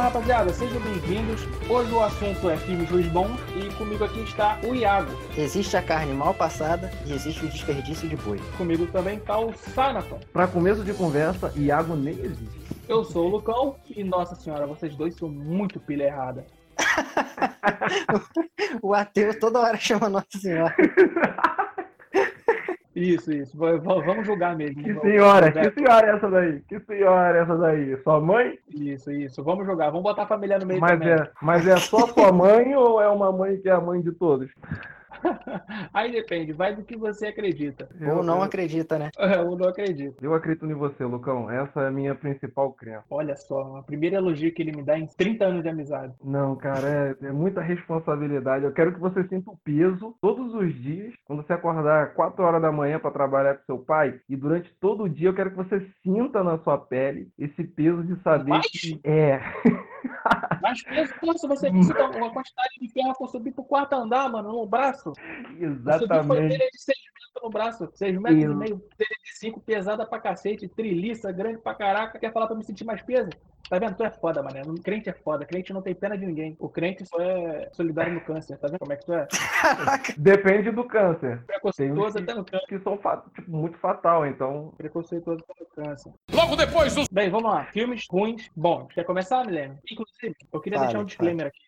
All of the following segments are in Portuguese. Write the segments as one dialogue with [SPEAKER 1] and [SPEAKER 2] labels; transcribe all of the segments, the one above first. [SPEAKER 1] rapaziada, sejam bem-vindos. Hoje o assunto é filmes dos bons e comigo aqui está o Iago.
[SPEAKER 2] Existe a carne mal passada e existe o desperdício de boi.
[SPEAKER 1] Comigo também está o Sanatan.
[SPEAKER 3] Para começo de conversa, Iago nem existe.
[SPEAKER 1] Eu sou o Lucão e, nossa senhora, vocês dois são muito pilha errada.
[SPEAKER 2] O ateu toda hora chama Nossa Senhora.
[SPEAKER 1] Isso, isso. V- v- Vamos julgar mesmo.
[SPEAKER 3] Que
[SPEAKER 1] Vamos-
[SPEAKER 3] senhora,
[SPEAKER 1] vamos-
[SPEAKER 3] que senhora é essa daí? Que senhora é essa daí? Sua mãe?
[SPEAKER 1] Isso, isso. Vamos jogar. Vamos botar a família no meio
[SPEAKER 3] Mas
[SPEAKER 1] também.
[SPEAKER 3] é, mas é só sua mãe ou é uma mãe que é a mãe de todos?
[SPEAKER 1] Aí depende. Vai do que você acredita.
[SPEAKER 3] Eu-
[SPEAKER 2] Ou não
[SPEAKER 3] eu,
[SPEAKER 2] acredita, né?
[SPEAKER 1] Eu não acredito.
[SPEAKER 3] eu acredito em você, Lucão. Essa é a minha principal crença.
[SPEAKER 1] Olha só, o primeiro elogio que ele me dá em 30 anos de amizade.
[SPEAKER 3] Não, cara, é, é muita responsabilidade. Eu quero que você sinta o peso todos os dias, quando você acordar 4 horas da manhã para trabalhar com seu pai, e durante todo o dia eu quero que você sinta na sua pele esse peso de saber
[SPEAKER 1] Mas,
[SPEAKER 3] que é,
[SPEAKER 1] mas pensa, pô, se
[SPEAKER 3] Hum.
[SPEAKER 1] você precisa uma quantidade de ferro pra subir pro quarto andar, mano, no braço. Subir foi
[SPEAKER 3] exatamente.
[SPEAKER 1] telha de 6 metros no braço, 6 metros
[SPEAKER 3] Eu-
[SPEAKER 1] e meio, telha de 5, pesada pra cacete, triliça, grande pra caraca. Quer falar pra me sentir mais peso? Tá vendo? Tu é foda, mané. O crente é foda. crente não tem pena de ninguém. O crente só é solidário no câncer. Tá vendo como é que tu é?
[SPEAKER 2] Caraca.
[SPEAKER 3] Depende do câncer.
[SPEAKER 1] Preconceituoso até no câncer.
[SPEAKER 3] um que são fa- tipo, muito fatal, então.
[SPEAKER 1] Preconceituoso até no câncer. Logo depois do... Bem, vamos lá. Filmes ruins, bons. Quer começar, Milene? Inclusive, eu queria
[SPEAKER 2] Fale,
[SPEAKER 1] deixar um disclaimer aqui.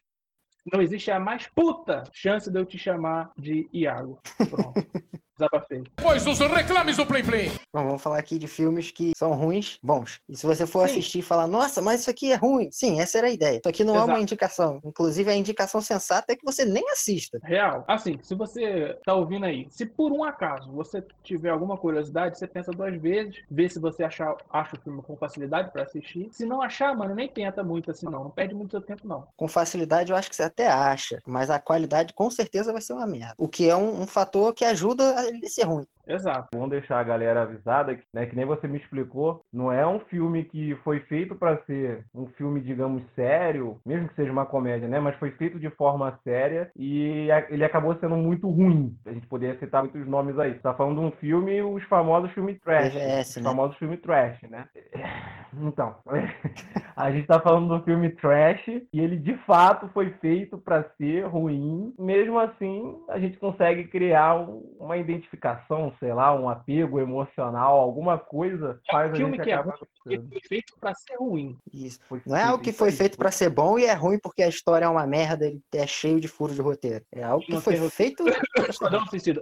[SPEAKER 1] Não existe a mais puta chance de eu te chamar de Iago. Pronto. Desabafei.
[SPEAKER 4] Pois os reclames do Plim Plim.
[SPEAKER 2] Bom, vamos falar aqui de filmes que são ruins, bons. E se você for
[SPEAKER 1] Sim.
[SPEAKER 2] assistir e falar, nossa, mas isso aqui é ruim. Sim, essa era a ideia. Isso aqui não é
[SPEAKER 1] Exato.
[SPEAKER 2] uma indicação. Inclusive, a indicação sensata é que você nem assista.
[SPEAKER 1] Real. Assim, se você tá ouvindo aí, se por um acaso você tiver alguma curiosidade, você pensa duas vezes, vê se você achar, acha o filme com facilidade pra assistir. Se não achar, mano, nem tenta muito assim, não. Não perde muito seu tempo, não.
[SPEAKER 2] Com facilidade, eu acho que você até acha. Mas a qualidade, com certeza, vai ser uma merda. O que é um, um fator que ajuda a ele ser ruim.
[SPEAKER 1] Exato.
[SPEAKER 3] Vamos deixar a galera avisada, que, né? Que nem você me explicou, não é um filme que foi feito pra ser um filme, digamos, sério, mesmo que seja uma comédia, né? Mas foi feito de forma séria e a- ele acabou sendo muito ruim. A gente poderia citar muitos nomes aí. Você tá falando de um filme, os famosos filmes
[SPEAKER 1] É.
[SPEAKER 3] trash.
[SPEAKER 2] BVS,
[SPEAKER 1] Uhum.
[SPEAKER 3] os
[SPEAKER 2] né?
[SPEAKER 3] famosos filmes trash, né? Então, a gente tá falando do filme trash e ele de fato foi feito pra ser ruim. Mesmo assim, a gente consegue criar um- uma identificação, sei lá, um apego emocional, alguma coisa faz a
[SPEAKER 1] filme
[SPEAKER 3] gente
[SPEAKER 1] que é
[SPEAKER 3] acabar
[SPEAKER 1] Porque
[SPEAKER 3] gostando.
[SPEAKER 1] foi feito pra ser ruim.
[SPEAKER 2] Isso.
[SPEAKER 3] Foi
[SPEAKER 2] Não é algo que foi
[SPEAKER 3] isso aí.
[SPEAKER 2] feito pra ser bom e é ruim porque a história é uma merda, ele é cheio de furo de roteiro. É algo que
[SPEAKER 1] Não
[SPEAKER 2] foi
[SPEAKER 1] tem
[SPEAKER 2] feito.
[SPEAKER 1] Esquadrão Suicida.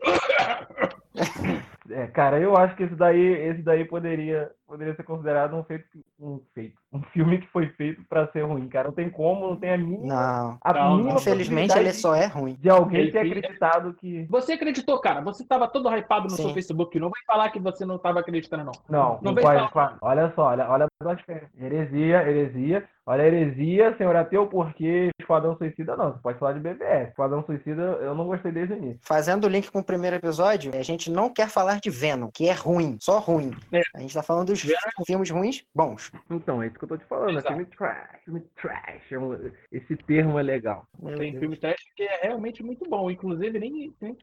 [SPEAKER 3] É, cara, eu acho que esse daí, esse daí poderia, poderia ser considerado um feito, um feito, um filme que foi feito pra ser ruim, cara. Não tem como, não tem a mínima,
[SPEAKER 2] Não.
[SPEAKER 3] a
[SPEAKER 1] Não, não.
[SPEAKER 3] mínima
[SPEAKER 2] Infelizmente,
[SPEAKER 3] possibilidade
[SPEAKER 2] ele só é ruim.
[SPEAKER 3] de alguém
[SPEAKER 1] Ele
[SPEAKER 3] ter
[SPEAKER 1] fica-
[SPEAKER 3] acreditado que
[SPEAKER 1] Você acreditou, cara. Você tava todo hypado no
[SPEAKER 2] Sim.
[SPEAKER 1] seu Facebook. Não vai falar que você não tava acreditando, não.
[SPEAKER 3] Não,
[SPEAKER 1] Não
[SPEAKER 3] não
[SPEAKER 1] vem
[SPEAKER 3] pode.
[SPEAKER 1] falar.
[SPEAKER 3] falar. Olha só, olha, olha a diferença. Heresia, heresia. Olha, a heresia, senhor ateu, porque Esquadrão Suicida não. Você pode falar de BBS. Esquadrão Suicida eu não gostei desde o início.
[SPEAKER 2] Fazendo o link com o primeiro episódio, a gente não quer falar de Venom, que é ruim, só ruim.
[SPEAKER 1] É.
[SPEAKER 2] A gente tá falando dos filmes ruins bons.
[SPEAKER 3] Então, é isso que eu tô te falando. É
[SPEAKER 1] Exato.
[SPEAKER 3] filme trash, filme trash. é um- Esse termo é legal.
[SPEAKER 2] Meu
[SPEAKER 1] Tem
[SPEAKER 2] Deus.
[SPEAKER 1] filme trash que é realmente muito bom. Inclusive, nem, nem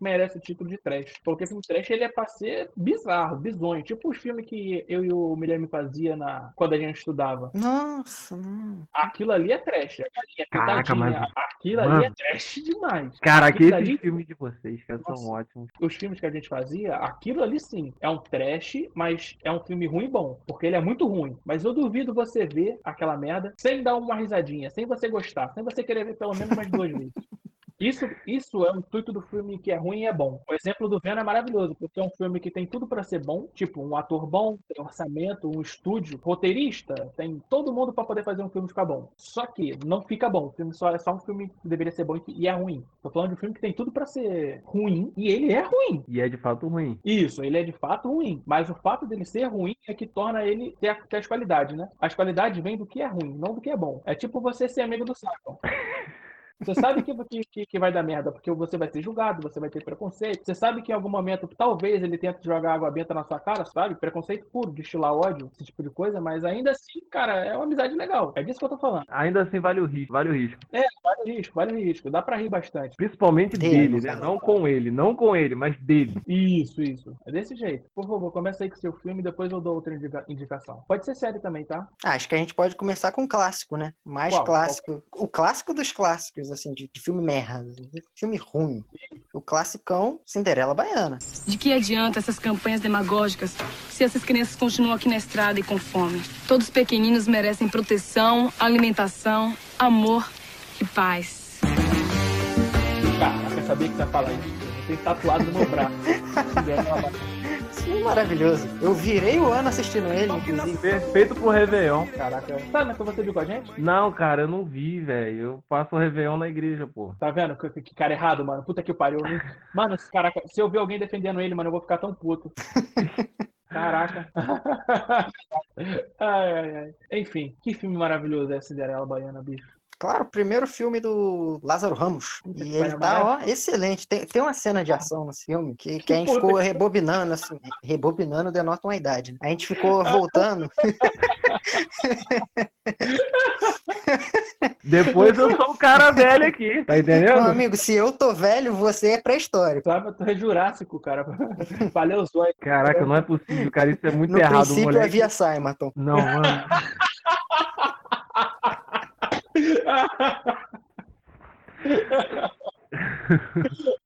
[SPEAKER 1] merece o título de trash. Porque filme trash ele é pra ser bizarro, bizonho. Tipo os filmes que eu e o Guilherme fazia na... quando a gente estudava.
[SPEAKER 2] Nossa, não.
[SPEAKER 1] Aquilo ali é trash. Aquilo ali é
[SPEAKER 3] Caraca,
[SPEAKER 1] pitadinha.
[SPEAKER 3] mas-
[SPEAKER 1] Aquilo ali é trash demais.
[SPEAKER 3] Cara,
[SPEAKER 1] que Isso esses daí-
[SPEAKER 3] filmes de vocês, cara,
[SPEAKER 1] são Nossa.
[SPEAKER 3] ótimos.
[SPEAKER 1] Os filmes que a gente fazia, aquilo ali sim. É um trash, mas é um filme ruim bom. Porque ele é muito ruim. Mas eu duvido você ver aquela merda sem dar uma risadinha, sem você gostar, sem você querer ver pelo menos mais duas vezes. Isso, isso é o intuito do filme que é ruim e é bom. O exemplo do Venom é maravilhoso, porque é um filme que tem tudo pra ser bom, tipo um ator bom, tem orçamento, um estúdio, roteirista, tem todo mundo pra poder fazer um filme ficar bom. Só que não fica bom. O filme só é só um filme que deveria ser bom e que- e é ruim. Tô falando de um filme que tem tudo pra ser ruim e ele é ruim.
[SPEAKER 3] E é de fato ruim.
[SPEAKER 1] Isso, ele é de fato ruim, mas o fato dele ser ruim é que torna ele ter, a- ter as qualidades, né? As qualidades vêm do que é ruim, não do que é bom. É tipo você ser amigo do Saco. Você sabe que, que- que, que vai dar merda, porque você vai ser julgado, você vai ter preconceito. Você sabe que em algum momento, talvez, ele tente jogar água benta na sua cara, sabe? Preconceito puro, destilar ódio, esse tipo de coisa, mas ainda assim, cara, é uma amizade legal. É disso que eu tô falando.
[SPEAKER 3] Ainda assim, vale o risco. Vale o risco.
[SPEAKER 1] Vale o risco, vale o risco. Dá pra rir bastante.
[SPEAKER 3] Principalmente
[SPEAKER 2] Dele,
[SPEAKER 3] dele, né?
[SPEAKER 2] cara.
[SPEAKER 3] Não com ele, não com ele, mas dele.
[SPEAKER 1] Isso, isso. É desse jeito. Por favor, começa aí com seu filme, depois eu dou outra indica- indicação. Pode ser série também, tá?
[SPEAKER 2] Ah, acho que a gente pode começar com um clássico, né? Mais
[SPEAKER 1] Qual? Qual?
[SPEAKER 2] clássico. O clássico dos clássicos, assim, de, de filme merda, de filme ruim. O classicão Cinderela Baiana.
[SPEAKER 5] De que adianta essas campanhas demagógicas se essas crianças continuam aqui na estrada e com fome? Todos os pequeninos merecem proteção, alimentação, amor e paz.
[SPEAKER 1] Cara, quer saber o que você vai falar isso? Tem tatuado no meu braço.
[SPEAKER 2] Esse filme é maravilhoso. Eu virei o ano assistindo ele, inclusive.
[SPEAKER 3] Perfeito pro Réveillon.
[SPEAKER 1] Caraca. Sabe né, que você viu com a gente?
[SPEAKER 3] Não, cara, eu não vi, velho. Eu passo o Réveillon na igreja, pô.
[SPEAKER 1] Tá vendo que, que cara errado, mano? Puta que pariu. eu não- Mano, esse caraca, se eu ver alguém defendendo ele, mano, eu vou ficar tão puto. Caraca. ai, ai, ai. Enfim, que filme maravilhoso é Cinderela Baiana, bicho.
[SPEAKER 2] Claro, o primeiro filme do Lázaro Ramos.
[SPEAKER 1] Puta que
[SPEAKER 2] E
[SPEAKER 1] pariu,
[SPEAKER 2] ele tá, ó, excelente. Tem, tem uma cena de ação nesse filme que, que a gente
[SPEAKER 1] Puta
[SPEAKER 2] ficou rebobinando, assim. Rebobinando denota uma idade. né? A gente ficou voltando.
[SPEAKER 3] Depois eu sou o cara velho aqui. Tá
[SPEAKER 2] Meu
[SPEAKER 3] entendendo?
[SPEAKER 2] amigo, se eu tô velho, você é pré-histórico.
[SPEAKER 1] Sabe, eu tô é Jurássico, cara. Valeu, Zóio.
[SPEAKER 3] Caraca, não é possível, cara. Isso é muito
[SPEAKER 2] No
[SPEAKER 3] errado,
[SPEAKER 2] princípio
[SPEAKER 3] moleque.
[SPEAKER 2] havia Simaton.
[SPEAKER 3] Não, mano.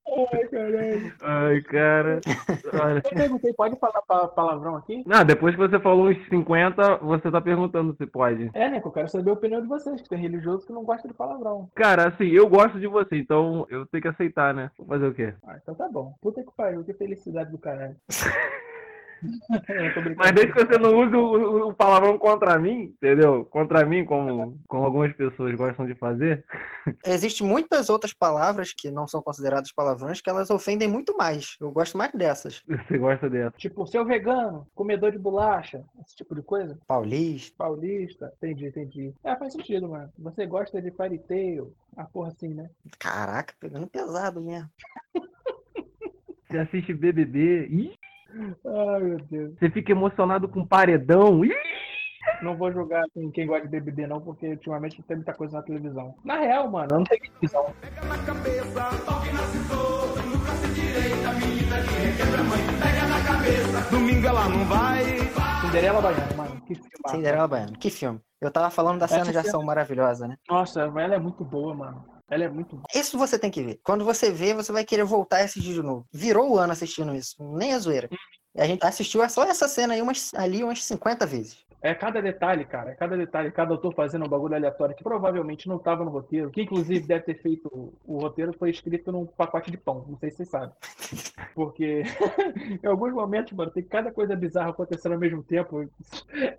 [SPEAKER 1] Ai, caralho.
[SPEAKER 3] Ai, cara. Olha.
[SPEAKER 1] Eu perguntei, pode falar pa- palavrão aqui?
[SPEAKER 3] Ah, depois que você falou uns 50, você tá perguntando se pode.
[SPEAKER 1] É, né? que Eu quero saber a opinião de vocês, que tem religioso que não gosta de palavrão.
[SPEAKER 3] Cara, assim, eu gosto de você, então eu tenho que aceitar, né? Vou fazer o quê?
[SPEAKER 1] Ah, então tá bom. Puta que pariu, que felicidade do caralho. Eu tô brincando.
[SPEAKER 3] Mas desde que você não use o, o- o palavrão contra mim, entendeu? Contra mim, como, como algumas pessoas gostam de fazer.
[SPEAKER 2] Existem muitas outras palavras que não são consideradas palavrões que elas ofendem muito mais. Eu gosto mais dessas.
[SPEAKER 3] Você gosta dessa.
[SPEAKER 1] Tipo, seu vegano, comedor de bolacha, esse tipo de coisa.
[SPEAKER 2] Paulista.
[SPEAKER 1] Paulista, entendi, entendi. É, faz sentido, mano. Você gosta de Fairy Tail, a porra assim, né?
[SPEAKER 2] Caraca, pegando pesado mesmo.
[SPEAKER 3] Você assiste BBB. Ih,
[SPEAKER 1] Ai, meu Deus.
[SPEAKER 3] você fica emocionado com paredão. Ih,
[SPEAKER 1] Não vou julgar assim, quem gosta de BBB, não, porque ultimamente não tem muita coisa na televisão. Na real, mano, eu não tem televisão. Cinderela Baiana, mano. Que filme.
[SPEAKER 2] Cinderela Baiana. Que filme. Eu tava falando da
[SPEAKER 1] Essa
[SPEAKER 2] cena de ação maravilhosa, né?
[SPEAKER 1] Nossa, ela é muito boa, mano. Ela é muito boa.
[SPEAKER 2] Isso você tem que ver. Quando você vê, você vai querer voltar e assistir de novo. Virou o ano assistindo isso. Nem a zoeira. E a gente assistiu só essa cena aí umas, ali umas 50 vezes.
[SPEAKER 1] É cada detalhe, cara. É cada detalhe. Cada autor fazendo um bagulho aleatório que provavelmente não tava no roteiro. Que inclusive deve ter feito. O roteiro foi escrito num pacote de pão. Não sei se vocês sabem. Porque em alguns momentos, mano, tem cada coisa bizarra acontecendo ao mesmo tempo.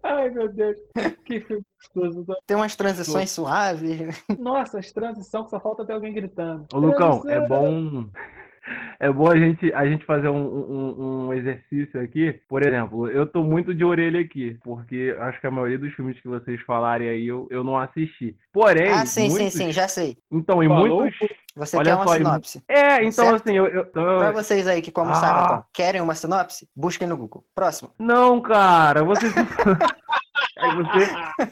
[SPEAKER 1] Ai, meu Deus. Que filme gostoso.
[SPEAKER 2] Tem umas transições suaves. né?
[SPEAKER 1] Nossa, as transição que só falta ter alguém gritando.
[SPEAKER 3] Ô, Lucão, é
[SPEAKER 1] Transição.
[SPEAKER 3] bom. É bom a gente, a gente fazer um, um- um exercício aqui. Por exemplo, eu tô muito de orelha aqui, porque acho que a maioria dos filmes que vocês falarem aí eu, eu não assisti. Porém.
[SPEAKER 2] Ah, sim,
[SPEAKER 3] muitos-
[SPEAKER 2] sim, sim, já sei.
[SPEAKER 3] Então, em
[SPEAKER 1] Falou,
[SPEAKER 3] muitos.
[SPEAKER 2] Você
[SPEAKER 3] Olha
[SPEAKER 2] quer uma
[SPEAKER 3] só, ele-
[SPEAKER 2] sinopse.
[SPEAKER 3] É, então
[SPEAKER 2] Certo.
[SPEAKER 3] assim, eu. eu- eu-
[SPEAKER 2] Pra vocês aí que como
[SPEAKER 3] Ah.
[SPEAKER 2] Sabaton, querem uma sinopse? Busquem no Google. Próximo.
[SPEAKER 3] Não, cara, você. aí você.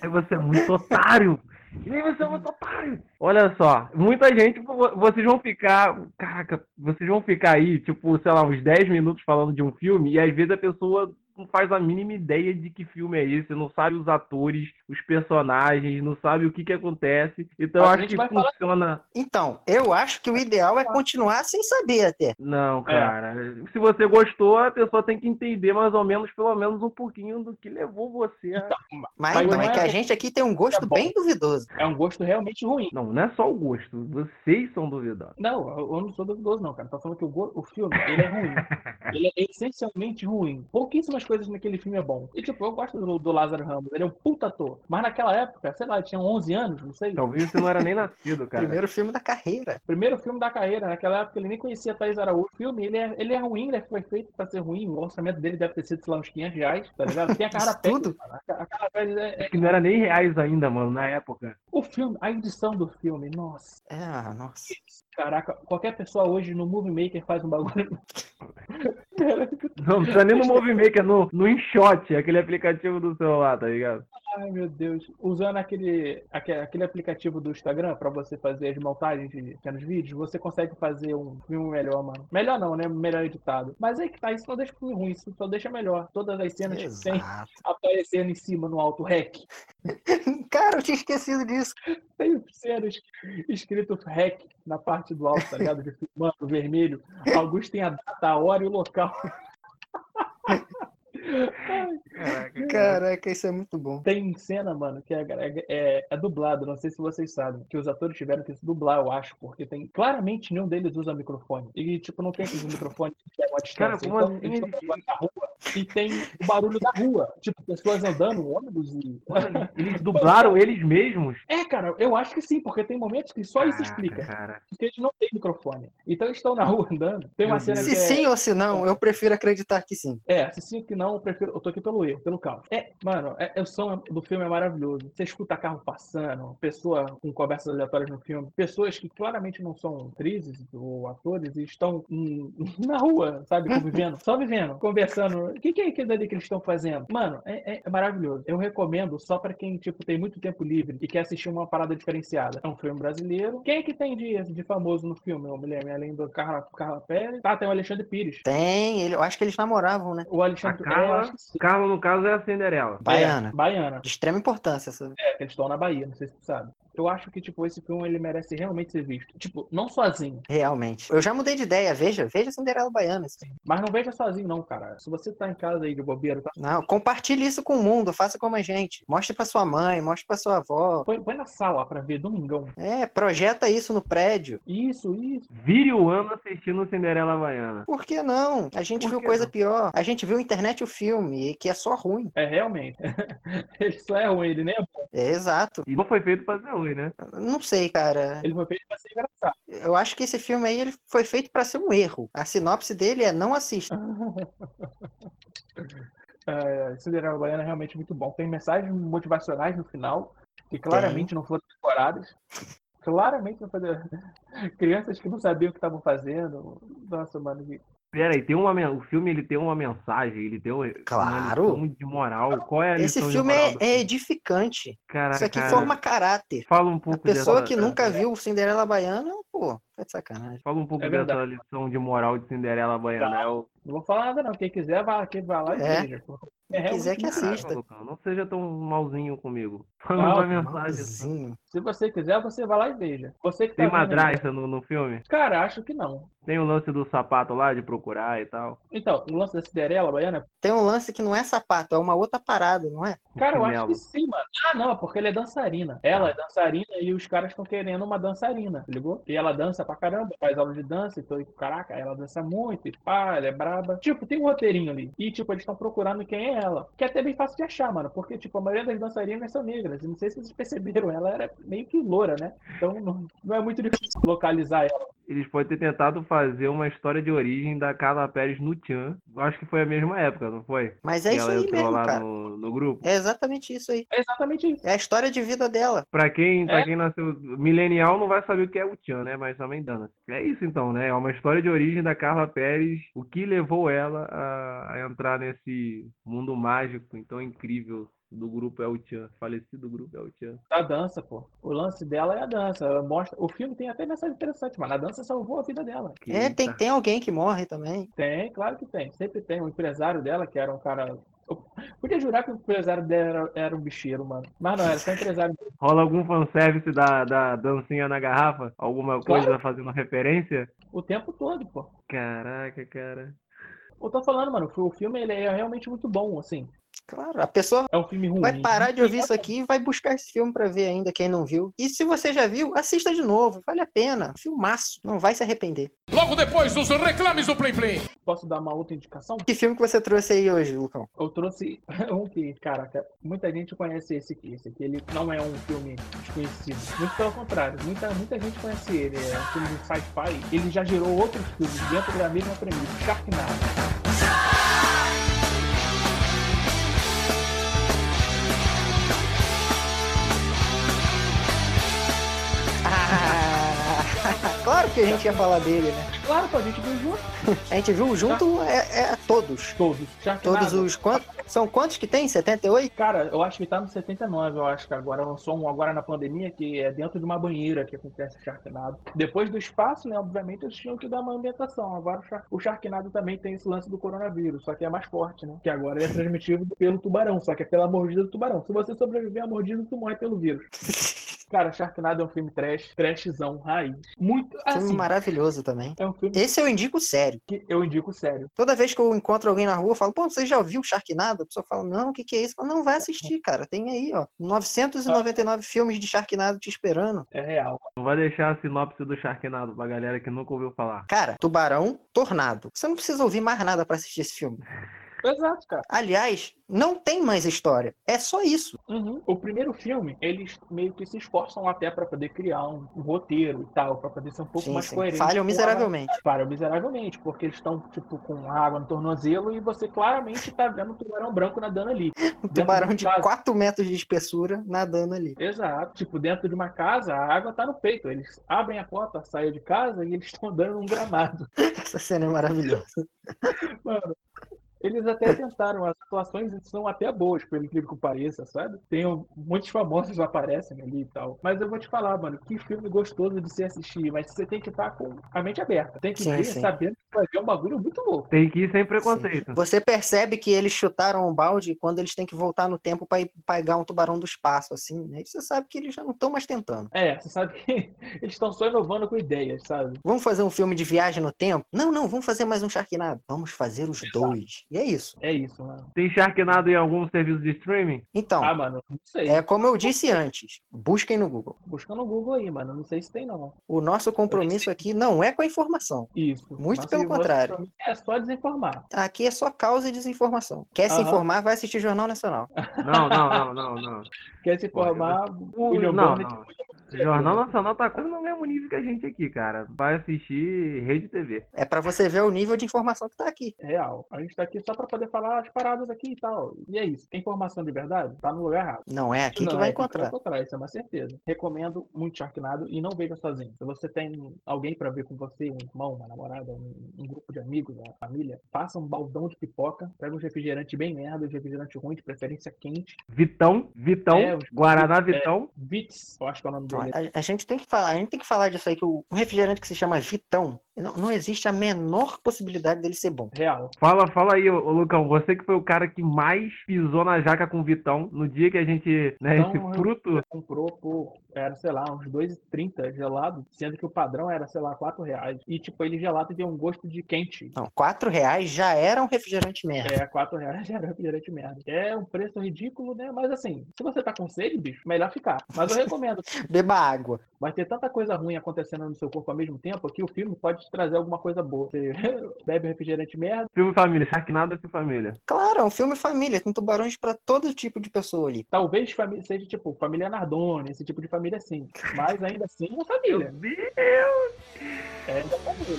[SPEAKER 3] Aí você é muito otário. E aí você é muito otário. Olha só, muita gente, vo- vocês vão ficar. Caraca, vocês vão ficar aí, tipo, sei lá, uns 10 minutos falando de um filme, e às vezes a pessoa não faz a mínima ideia de que filme é esse, não sabe os atores, os personagens, não sabe o que que acontece. Então eu
[SPEAKER 1] A
[SPEAKER 3] acho
[SPEAKER 1] gente
[SPEAKER 3] que
[SPEAKER 1] vai falar-
[SPEAKER 3] funciona.
[SPEAKER 2] Então, eu acho que o ideal é continuar sem saber até.
[SPEAKER 1] É.
[SPEAKER 3] Não, cara. Se você gostou, a pessoa tem que entender mais ou menos, pelo menos um pouquinho do que levou você a.
[SPEAKER 2] Mas,
[SPEAKER 1] Mas
[SPEAKER 2] não
[SPEAKER 1] não
[SPEAKER 2] é
[SPEAKER 1] é
[SPEAKER 2] que a
[SPEAKER 1] bom.
[SPEAKER 2] gente aqui tem um gosto
[SPEAKER 1] bom.
[SPEAKER 2] bem duvidoso.
[SPEAKER 1] É um gosto realmente ruim.
[SPEAKER 3] Não, não é só o gosto. Vocês são duvidosos.
[SPEAKER 1] Não, eu eu não sou duvidoso, não, cara. Tô falando que o, go- o filme, ele é ruim. ele é essencialmente ruim. Pouquíssimas coisas naquele filme é bom. E, tipo, eu gosto do, do Lázaro Ramos. Ele é um puta ator. pô. Mas naquela época, sei lá, tinha 11 anos, não sei.
[SPEAKER 2] Então
[SPEAKER 3] Talvez você não era nem nascido, cara.
[SPEAKER 2] Primeiro filme da carreira.
[SPEAKER 1] Primeiro filme da carreira, naquela época ele nem conhecia Thaís Araújo. O filme, ele é, ele é ruim, ele foi feito pra ser ruim. O orçamento dele deve ter sido, sei lá, uns 500 reais, tá ligado? Tem a cara
[SPEAKER 2] Isso tudo.
[SPEAKER 1] Pérez, cara. A cara Pérez é, é-
[SPEAKER 3] Acho que não era nem reais ainda, mano, na época.
[SPEAKER 1] O filme, a edição do filme, nossa.
[SPEAKER 2] É, ah, nossa.
[SPEAKER 1] Caraca, qualquer pessoa hoje no Movie Maker faz um bagulho.
[SPEAKER 3] Não, não precisa nem no Movie Maker, no, no InShot, aquele aplicativo do celular, tá ligado?
[SPEAKER 1] Ai, meu Deus. Usando aquele, aque- aquele aplicativo do Instagram pra você fazer as montagens de pequenos vídeos, você consegue fazer um filme melhor, mano. Melhor não, né? Melhor editado. Mas aí que tá, isso não deixa o filme ruim, isso só deixa melhor. Todas as cenas que tem
[SPEAKER 2] Exato.
[SPEAKER 1] aparecendo em cima no alto rec.
[SPEAKER 2] Cara, eu tinha esquecido disso.
[SPEAKER 1] Tem cenas escrito rec na parte do alto, tá ligado? De filmando vermelho. Alguns têm a data, a hora e o local.
[SPEAKER 2] Caraca, isso é muito bom.
[SPEAKER 1] Tem cena, mano, que é, é, é dublado, não sei se vocês sabem, que os atores tiveram que se dublar, eu acho, porque tem claramente nenhum deles usa microfone. E, tipo, não tem aquele microfone que é uma distância.
[SPEAKER 3] Cara, como
[SPEAKER 1] então,
[SPEAKER 3] assim?
[SPEAKER 1] eles estão gravando na rua e tem o barulho da rua. Tipo, pessoas andando, ônibus e.
[SPEAKER 3] Eles
[SPEAKER 2] então,
[SPEAKER 3] dublaram eles mesmos?
[SPEAKER 1] É, cara, eu acho que sim, porque tem momentos que
[SPEAKER 2] então
[SPEAKER 1] só isso
[SPEAKER 3] Caraca,
[SPEAKER 1] explica.
[SPEAKER 3] Cara.
[SPEAKER 1] Porque eles não têm microfone. Então eles estão na rua andando. Tem uma
[SPEAKER 3] Meu
[SPEAKER 1] cena
[SPEAKER 3] Deus.
[SPEAKER 1] que
[SPEAKER 2] Se
[SPEAKER 1] é.
[SPEAKER 2] sim ou se não, eu prefiro acreditar que sim.
[SPEAKER 1] É, se sim que não, eu prefiro. Eu tô aqui pelo erro, pelo caos. É, mano, é, é- o som do filme é maravilhoso. Você escuta carro passando, pessoa com conversas aleatórias no filme, pessoas que claramente não são atrizes ou atores e estão hum, na rua, sabe, convivendo, só vivendo, conversando. O que, que é aquilo ali que eles estão fazendo? Mano, é, é- é maravilhoso. Eu recomendo só pra quem, tipo, tem muito tempo livre e quer assistir uma parada diferenciada. É um filme brasileiro. Quem é que tem de, de famoso no filme? Eu me lembro, além do Carla, Carla Pérez. Ah, tem o Alexandre Pires.
[SPEAKER 2] Tem, ele, eu acho que eles namoravam, né?
[SPEAKER 1] O
[SPEAKER 3] A
[SPEAKER 1] Alexandre é, eu
[SPEAKER 3] Carla,
[SPEAKER 1] acho que sim.
[SPEAKER 3] Carla, no caso, é a Cinderela.
[SPEAKER 2] Baiana.
[SPEAKER 1] É, baiana.
[SPEAKER 2] De extrema importância. Essa...
[SPEAKER 1] É, que eles estão na Bahia, não sei se tu sabe. Eu acho que, tipo, esse filme ele merece realmente ser visto. Tipo, não sozinho.
[SPEAKER 2] Realmente. Eu já mudei de ideia, veja, veja Cinderela Baiana. assim.
[SPEAKER 1] Mas não veja sozinho, não, cara. Se você tá em casa aí de bobeira, tá?
[SPEAKER 2] Não, compartilhe isso com o mundo, faça como a gente. Mostre pra sua mãe, mostre pra sua avó.
[SPEAKER 1] Põe, põe na sala pra ver domingão.
[SPEAKER 2] É, projeta isso no prédio.
[SPEAKER 1] Isso, isso.
[SPEAKER 3] Vire o ano assistindo Cinderela Baiana.
[SPEAKER 2] Por que não? A gente
[SPEAKER 3] Por
[SPEAKER 2] viu
[SPEAKER 3] que
[SPEAKER 2] coisa
[SPEAKER 3] não?
[SPEAKER 2] pior. A gente viu internet e o filme, e que é só ruim.
[SPEAKER 1] É, realmente. ele só é ruim, ele nem é bom.
[SPEAKER 2] É exato.
[SPEAKER 3] E não foi feito pra ser ruim, né?
[SPEAKER 2] Não sei, cara.
[SPEAKER 1] Ele foi feito pra ser engraçado.
[SPEAKER 2] Eu acho que esse filme aí ele foi feito pra ser um erro. A sinopse dele é não assista.
[SPEAKER 1] É, Cinderela Baiana é realmente muito bom. Tem mensagens motivacionais no final, que claramente não foram decoradas. Claramente não foram. Crianças que não sabiam o que estavam fazendo. Nossa, mano, que-
[SPEAKER 3] Pera aí, tem uma, men- o filme ele tem uma mensagem, ele tem um-
[SPEAKER 2] Claro.
[SPEAKER 3] uma lição de moral. Qual é a
[SPEAKER 2] Esse
[SPEAKER 3] lição
[SPEAKER 2] filme
[SPEAKER 3] de moral?
[SPEAKER 2] é,
[SPEAKER 3] do
[SPEAKER 2] é
[SPEAKER 3] filme?
[SPEAKER 2] edificante.
[SPEAKER 3] Caraca,
[SPEAKER 2] Isso aqui
[SPEAKER 3] cara,
[SPEAKER 2] forma caráter.
[SPEAKER 3] Fala um
[SPEAKER 2] A
[SPEAKER 3] pouco
[SPEAKER 2] pessoa
[SPEAKER 3] dessa,
[SPEAKER 2] que nunca viu Cinderela Baiana, pô, tá de sacanagem.
[SPEAKER 3] Fala um pouco
[SPEAKER 1] É
[SPEAKER 3] dessa
[SPEAKER 1] verdade.
[SPEAKER 3] lição de moral de Cinderela Baiana.
[SPEAKER 1] Tá.
[SPEAKER 3] É o...
[SPEAKER 1] Não vou falar nada, não. Quem quiser, vai, quem vai lá e
[SPEAKER 2] É.
[SPEAKER 1] veja. porque É
[SPEAKER 2] Quem quiser
[SPEAKER 1] realmente
[SPEAKER 2] que
[SPEAKER 1] muito
[SPEAKER 2] assista.
[SPEAKER 1] bom.
[SPEAKER 3] Caraca, Lucão, não seja tão malzinho comigo.
[SPEAKER 1] Não,
[SPEAKER 3] Fala uma mensagem. assim.
[SPEAKER 2] Malzinho.
[SPEAKER 1] Se você quiser, você vai lá e veja. Você que tá
[SPEAKER 3] Tem
[SPEAKER 1] vendo aí-
[SPEAKER 3] madrasta no, no filme?
[SPEAKER 1] Cara, acho que não.
[SPEAKER 3] Tem o lance do sapato lá de procurar e tal.
[SPEAKER 1] Então, o lance da Cinderela, Baiana,
[SPEAKER 2] Tem um lance que não é sapato, é uma outra parada, não é?
[SPEAKER 1] cara, eu acho
[SPEAKER 3] Chinelo.
[SPEAKER 1] que sim, mano. Ah, não, é porque ela é dançarina. Ela é dançarina e os caras estão querendo uma dançarina, ligou? E ela dança pra caramba, faz aula de dança, então, e, caraca, ela dança muito, e pá, ela é braba. Tipo, tem um roteirinho ali. E, tipo, eles estão procurando quem é ela. Que é até bem fácil de achar, mano, porque, tipo, a maioria das dançarinas são negras. E não sei se vocês perceberam, ela era meio que loura, né? Então, não, não é muito difícil localizar ela.
[SPEAKER 3] Eles podem ter tentado fazer uma história de origem da Carla Pérez no Tchan. Eu Acho que foi a mesma época, não foi?
[SPEAKER 2] Mas é
[SPEAKER 3] que
[SPEAKER 2] isso
[SPEAKER 3] ela
[SPEAKER 2] aí
[SPEAKER 3] entrou
[SPEAKER 2] mesmo,
[SPEAKER 3] lá
[SPEAKER 2] cara.
[SPEAKER 3] No, no grupo.
[SPEAKER 2] É exatamente isso aí.
[SPEAKER 1] É exatamente isso.
[SPEAKER 2] É a história de vida dela.
[SPEAKER 3] Pra quem, pra
[SPEAKER 1] É.
[SPEAKER 3] quem nasceu milenial não vai saber o que é o Tchan, né? Mas também dana. É isso então, né? É uma história de origem da Carla Pérez, o que levou ela a, a entrar nesse mundo mágico tão incrível do grupo El Tchan, falecido grupo El Tchan.
[SPEAKER 1] A dança, pô. O lance dela é a dança. Ela mostra. O filme tem até mensagem interessante, mano. A dança salvou a vida dela.
[SPEAKER 3] Que
[SPEAKER 2] é, tem,
[SPEAKER 3] tá-
[SPEAKER 2] tem alguém que morre também.
[SPEAKER 1] Tem, claro que tem. Sempre tem. O empresário dela, que era um cara. Eu podia jurar que o empresário dela era, era um bicheiro, mano. Mas não, era só um empresário.
[SPEAKER 3] Rola algum fanservice da, da dancinha na garrafa? Alguma coisa fazendo referência?
[SPEAKER 1] O tempo todo, pô.
[SPEAKER 3] Caraca, cara.
[SPEAKER 1] Eu tô falando, mano. O filme ele é realmente muito bom, assim.
[SPEAKER 2] Claro, a pessoa
[SPEAKER 1] É um filme ruim.
[SPEAKER 2] Vai parar de ouvir isso aqui e vai buscar esse filme pra ver ainda, quem não viu. E se você já viu, assista de novo, vale a pena. Filmaço, não vai se arrepender.
[SPEAKER 4] Logo depois dos reclames do Play Play.
[SPEAKER 1] Posso dar uma outra indicação?
[SPEAKER 2] Que filme que você trouxe aí hoje, Lucão?
[SPEAKER 1] Eu trouxe um que, caraca, muita gente conhece esse aqui. Esse aqui ele não é um filme desconhecido. Muito pelo contrário, muita, muita gente conhece ele. É um filme de sci-fi. Ele já gerou outros filmes dentro da mesma premissa. Sharknado.
[SPEAKER 2] Ah, claro que a gente ia falar dele, né?
[SPEAKER 1] Claro que a gente viu junto.
[SPEAKER 2] A gente viu junto é, é todos.
[SPEAKER 1] Todos. Sharknado.
[SPEAKER 2] Todos os quantos? São quantos que tem? 78?
[SPEAKER 1] Cara, eu acho que tá no 79, eu acho que agora lançou um agora na pandemia, que é dentro de uma banheira que acontece o Sharknado. Depois do espaço, né, obviamente, eles tinham que dar uma ambientação. Agora o Shar- o Sharknado também tem esse lance do coronavírus, só que é mais forte, né? Que agora ele é transmitido pelo tubarão, só que é pela mordida do tubarão. Se você sobreviver à mordida, tu morre pelo vírus. Cara, Sharknado é um filme trash, trashzão, raiz. Muito,
[SPEAKER 2] Filme
[SPEAKER 1] assim,
[SPEAKER 2] maravilhoso também.
[SPEAKER 1] é um filme
[SPEAKER 2] Esse eu indico sério.
[SPEAKER 1] que eu indico sério.
[SPEAKER 2] Toda vez que eu encontro alguém na rua, eu falo, pô, você já viu Sharknado? A pessoa fala, não, o que, que é isso? Eu falo, não, vai assistir, cara. Tem aí, ó, 999 filmes de Sharknado te esperando.
[SPEAKER 1] É real.
[SPEAKER 3] Não vai deixar a sinopse do Sharknado pra galera que nunca ouviu falar.
[SPEAKER 2] Cara, Tubarão Tornado. Você não precisa ouvir mais nada pra assistir esse filme.
[SPEAKER 1] Exato, cara.
[SPEAKER 2] Aliás, não tem mais história. É só isso.
[SPEAKER 1] Uhum. O primeiro filme, eles meio que se esforçam até pra poder criar um, um roteiro e tal, pra poder ser um pouco
[SPEAKER 2] Sim,
[SPEAKER 1] mais
[SPEAKER 2] sim.
[SPEAKER 1] coerente.
[SPEAKER 2] Falham
[SPEAKER 1] com a-
[SPEAKER 2] miseravelmente.
[SPEAKER 1] Falham miseravelmente, porque eles estão, tipo, com água no tornozelo e você claramente tá vendo um tubarão branco nadando ali.
[SPEAKER 2] Um
[SPEAKER 1] Dentro
[SPEAKER 2] tubarão
[SPEAKER 1] de
[SPEAKER 2] de
[SPEAKER 1] casa.
[SPEAKER 2] 4 metros de espessura nadando ali.
[SPEAKER 1] Exato. Tipo, dentro de uma casa, a água tá no peito. Eles abrem a porta, saem de casa e eles estão andando num gramado.
[SPEAKER 2] Essa cena é maravilhosa.
[SPEAKER 1] Mano. Eles até tentaram, as atuações são até boas, pelo incrível que pareça, sabe? Tem um- muitos famosos aparecem ali e tal. Mas eu vou te falar, mano, que filme gostoso de se assistir, mas você tem que estar com a mente aberta. Tem que
[SPEAKER 2] Sim,
[SPEAKER 1] ver
[SPEAKER 2] sim.
[SPEAKER 1] sabendo que vai ver um bagulho muito louco.
[SPEAKER 3] Tem que ir sem preconceito.
[SPEAKER 2] Sim. Você percebe que eles chutaram o balde quando eles têm que voltar no tempo para pegar um tubarão do espaço, assim, né? E você sabe que eles já não estão mais tentando.
[SPEAKER 1] É, você sabe que eles estão só inovando com ideias, sabe?
[SPEAKER 2] Vamos fazer um filme de viagem no tempo? Não, não, vamos fazer mais um Sharknado. Vamos fazer os dois. E é isso.
[SPEAKER 1] É isso, mano.
[SPEAKER 3] Tem Sharknado em algum serviço de streaming?
[SPEAKER 2] Então,
[SPEAKER 1] Ah, mano, não sei.
[SPEAKER 2] é como eu disse antes, busquem no Google.
[SPEAKER 1] Busca no Google aí, mano. Não sei se tem, não.
[SPEAKER 2] O nosso compromisso aqui não é com a informação.
[SPEAKER 1] Isso.
[SPEAKER 2] Muito
[SPEAKER 1] Nossa,
[SPEAKER 2] pelo
[SPEAKER 1] e você,
[SPEAKER 2] contrário.
[SPEAKER 1] pra mim, É só desinformar.
[SPEAKER 2] Aqui é só causa e desinformação. Quer se
[SPEAKER 1] Aham.
[SPEAKER 2] informar, vai assistir Jornal Nacional.
[SPEAKER 3] Não, não, não, não, não.
[SPEAKER 1] Quer se formar,
[SPEAKER 3] O-
[SPEAKER 1] William
[SPEAKER 3] não,
[SPEAKER 1] Bonner-
[SPEAKER 3] não. Jornal Nacional tá quase no mesmo nível que a gente aqui, cara. Vai assistir Rede TV.
[SPEAKER 2] É para você ver o nível de informação que tá aqui.
[SPEAKER 1] real. A gente tá aqui só pra poder falar as paradas aqui e tal. E é isso. Tem informação de verdade? Tá no lugar errado.
[SPEAKER 2] Não é aqui
[SPEAKER 1] Não,
[SPEAKER 2] que vai
[SPEAKER 1] é aqui
[SPEAKER 2] encontrar.
[SPEAKER 1] vai encontrar, isso é uma certeza. Recomendo muito Sharknado e não veja sozinho. Se você tem alguém pra ver com você, um irmão, uma namorada, um, um grupo de amigos, uma família, faça um baldão de pipoca, pega um refrigerante bem merda, um refrigerante ruim, de preferência quente.
[SPEAKER 3] Vitão, Vitão,
[SPEAKER 1] É, os-
[SPEAKER 3] Guaraná Vitão.
[SPEAKER 1] Vitz, eu acho que é o nome
[SPEAKER 2] Então,
[SPEAKER 1] dele.
[SPEAKER 2] a, a gente tem que falar, a gente tem que falar disso aí, que o, o refrigerante que se chama Vitão, não, não existe a menor possibilidade dele ser bom.
[SPEAKER 1] Real.
[SPEAKER 3] Fala, fala aí, ô, ô, Lucão. Você que foi o cara que mais pisou na jaca com o Vitão no dia que a gente, né,
[SPEAKER 1] Não, eu-
[SPEAKER 3] esse fruto.
[SPEAKER 1] comprou por, era, sei lá, uns 2,30 gelado, sendo que o padrão era, sei lá, 4 reais. E, tipo, ele gelado tem um gosto de quente.
[SPEAKER 2] Não, quatro reais já era um refrigerante merda.
[SPEAKER 1] É, 4 reais já era refrigerante merda. É um preço ridículo, né? Mas assim, se você tá com sede, bicho, melhor ficar. Mas eu recomendo.
[SPEAKER 2] Beba água.
[SPEAKER 1] Vai ter tanta coisa ruim acontecendo no seu corpo ao mesmo tempo que o filme pode te trazer alguma coisa boa. Você bebe refrigerante merda,
[SPEAKER 3] Filme Família, Sharknado é Filme Família.
[SPEAKER 2] Claro, é um filme família, tem tubarões pra todo tipo de pessoa ali.
[SPEAKER 1] talvez fami- seja tipo família Nardone, esse tipo de família assim. Mas ainda assim, é uma família. É uma família.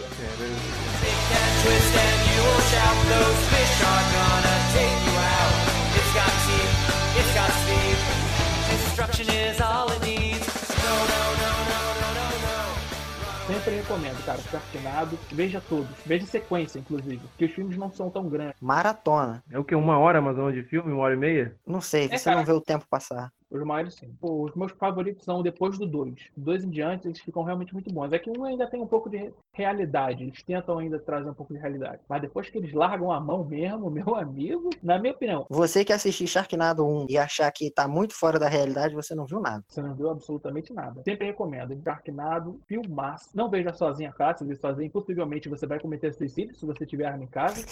[SPEAKER 1] Sempre recomendo, cara, Sharknado. Veja todos. Veja sequência, inclusive. Porque os filmes não são tão grandes.
[SPEAKER 2] Maratona.
[SPEAKER 3] É o que? Uma hora mais ou menos de filme? Uma hora e meia?
[SPEAKER 2] Não sei,
[SPEAKER 1] É,
[SPEAKER 2] você
[SPEAKER 1] cara.
[SPEAKER 2] não vê o tempo passar.
[SPEAKER 1] Os maiores, sim. Pô, os meus favoritos são depois do 2. Dois em diante, eles ficam realmente muito bons. É que um ainda tem um pouco de realidade. Eles tentam ainda trazer um pouco de realidade. Mas depois que eles largam a mão mesmo, meu amigo, na minha opinião,
[SPEAKER 2] Você que assistir Sharknado 1 e achar que tá muito fora da realidade, você não viu nada.
[SPEAKER 1] Você não viu absolutamente nada. Sempre recomendo. Encarquinado, filmaço. Não veja sozinho a casa. Se veja sozinho, possivelmente você vai cometer suicídio se você tiver arma em casa.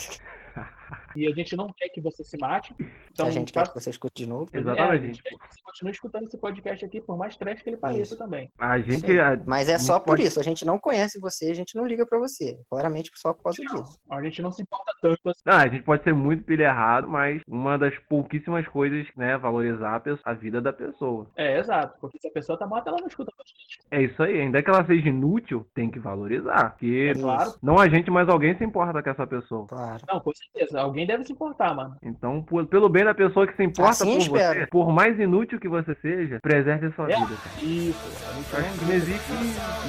[SPEAKER 1] e a gente não quer que você se mate. Então,
[SPEAKER 2] a gente quer que você escute de novo.
[SPEAKER 1] é,
[SPEAKER 3] Exatamente.
[SPEAKER 1] a gente quer que você continue escutando esse podcast aqui, por mais trash que ele pareça
[SPEAKER 2] É Isso.
[SPEAKER 1] também.
[SPEAKER 3] A gente. a-
[SPEAKER 2] Mas é só
[SPEAKER 3] Muito
[SPEAKER 2] por
[SPEAKER 3] bom.
[SPEAKER 2] isso. A gente não conhece você, a gente não liga pra você. Claramente só por causa disso.
[SPEAKER 1] A gente não se importa tanto assim.
[SPEAKER 3] Não, a gente pode ser muito pilha errado, mas uma das pouquíssimas coisas, né, valorizar a, pe- a vida da pessoa.
[SPEAKER 1] É, exato. Porque se a pessoa tá morta, ela não escuta podcast.
[SPEAKER 3] É isso aí, ainda que ela seja inútil, tem que valorizar. Porque
[SPEAKER 2] Isso.
[SPEAKER 1] É Claro.
[SPEAKER 3] não a gente, mas alguém se importa com essa pessoa.
[SPEAKER 2] Claro.
[SPEAKER 1] Não, com certeza. Alguém deve se importar, mano.
[SPEAKER 3] Então, po- pelo bem da pessoa que se importa
[SPEAKER 2] Assim eu
[SPEAKER 3] por você,
[SPEAKER 2] espero.
[SPEAKER 3] por mais inútil que você seja, preserve a sua
[SPEAKER 1] É.
[SPEAKER 3] vida. cara.
[SPEAKER 1] Isso. é A gente
[SPEAKER 3] Eu
[SPEAKER 1] não
[SPEAKER 3] Acho que não existe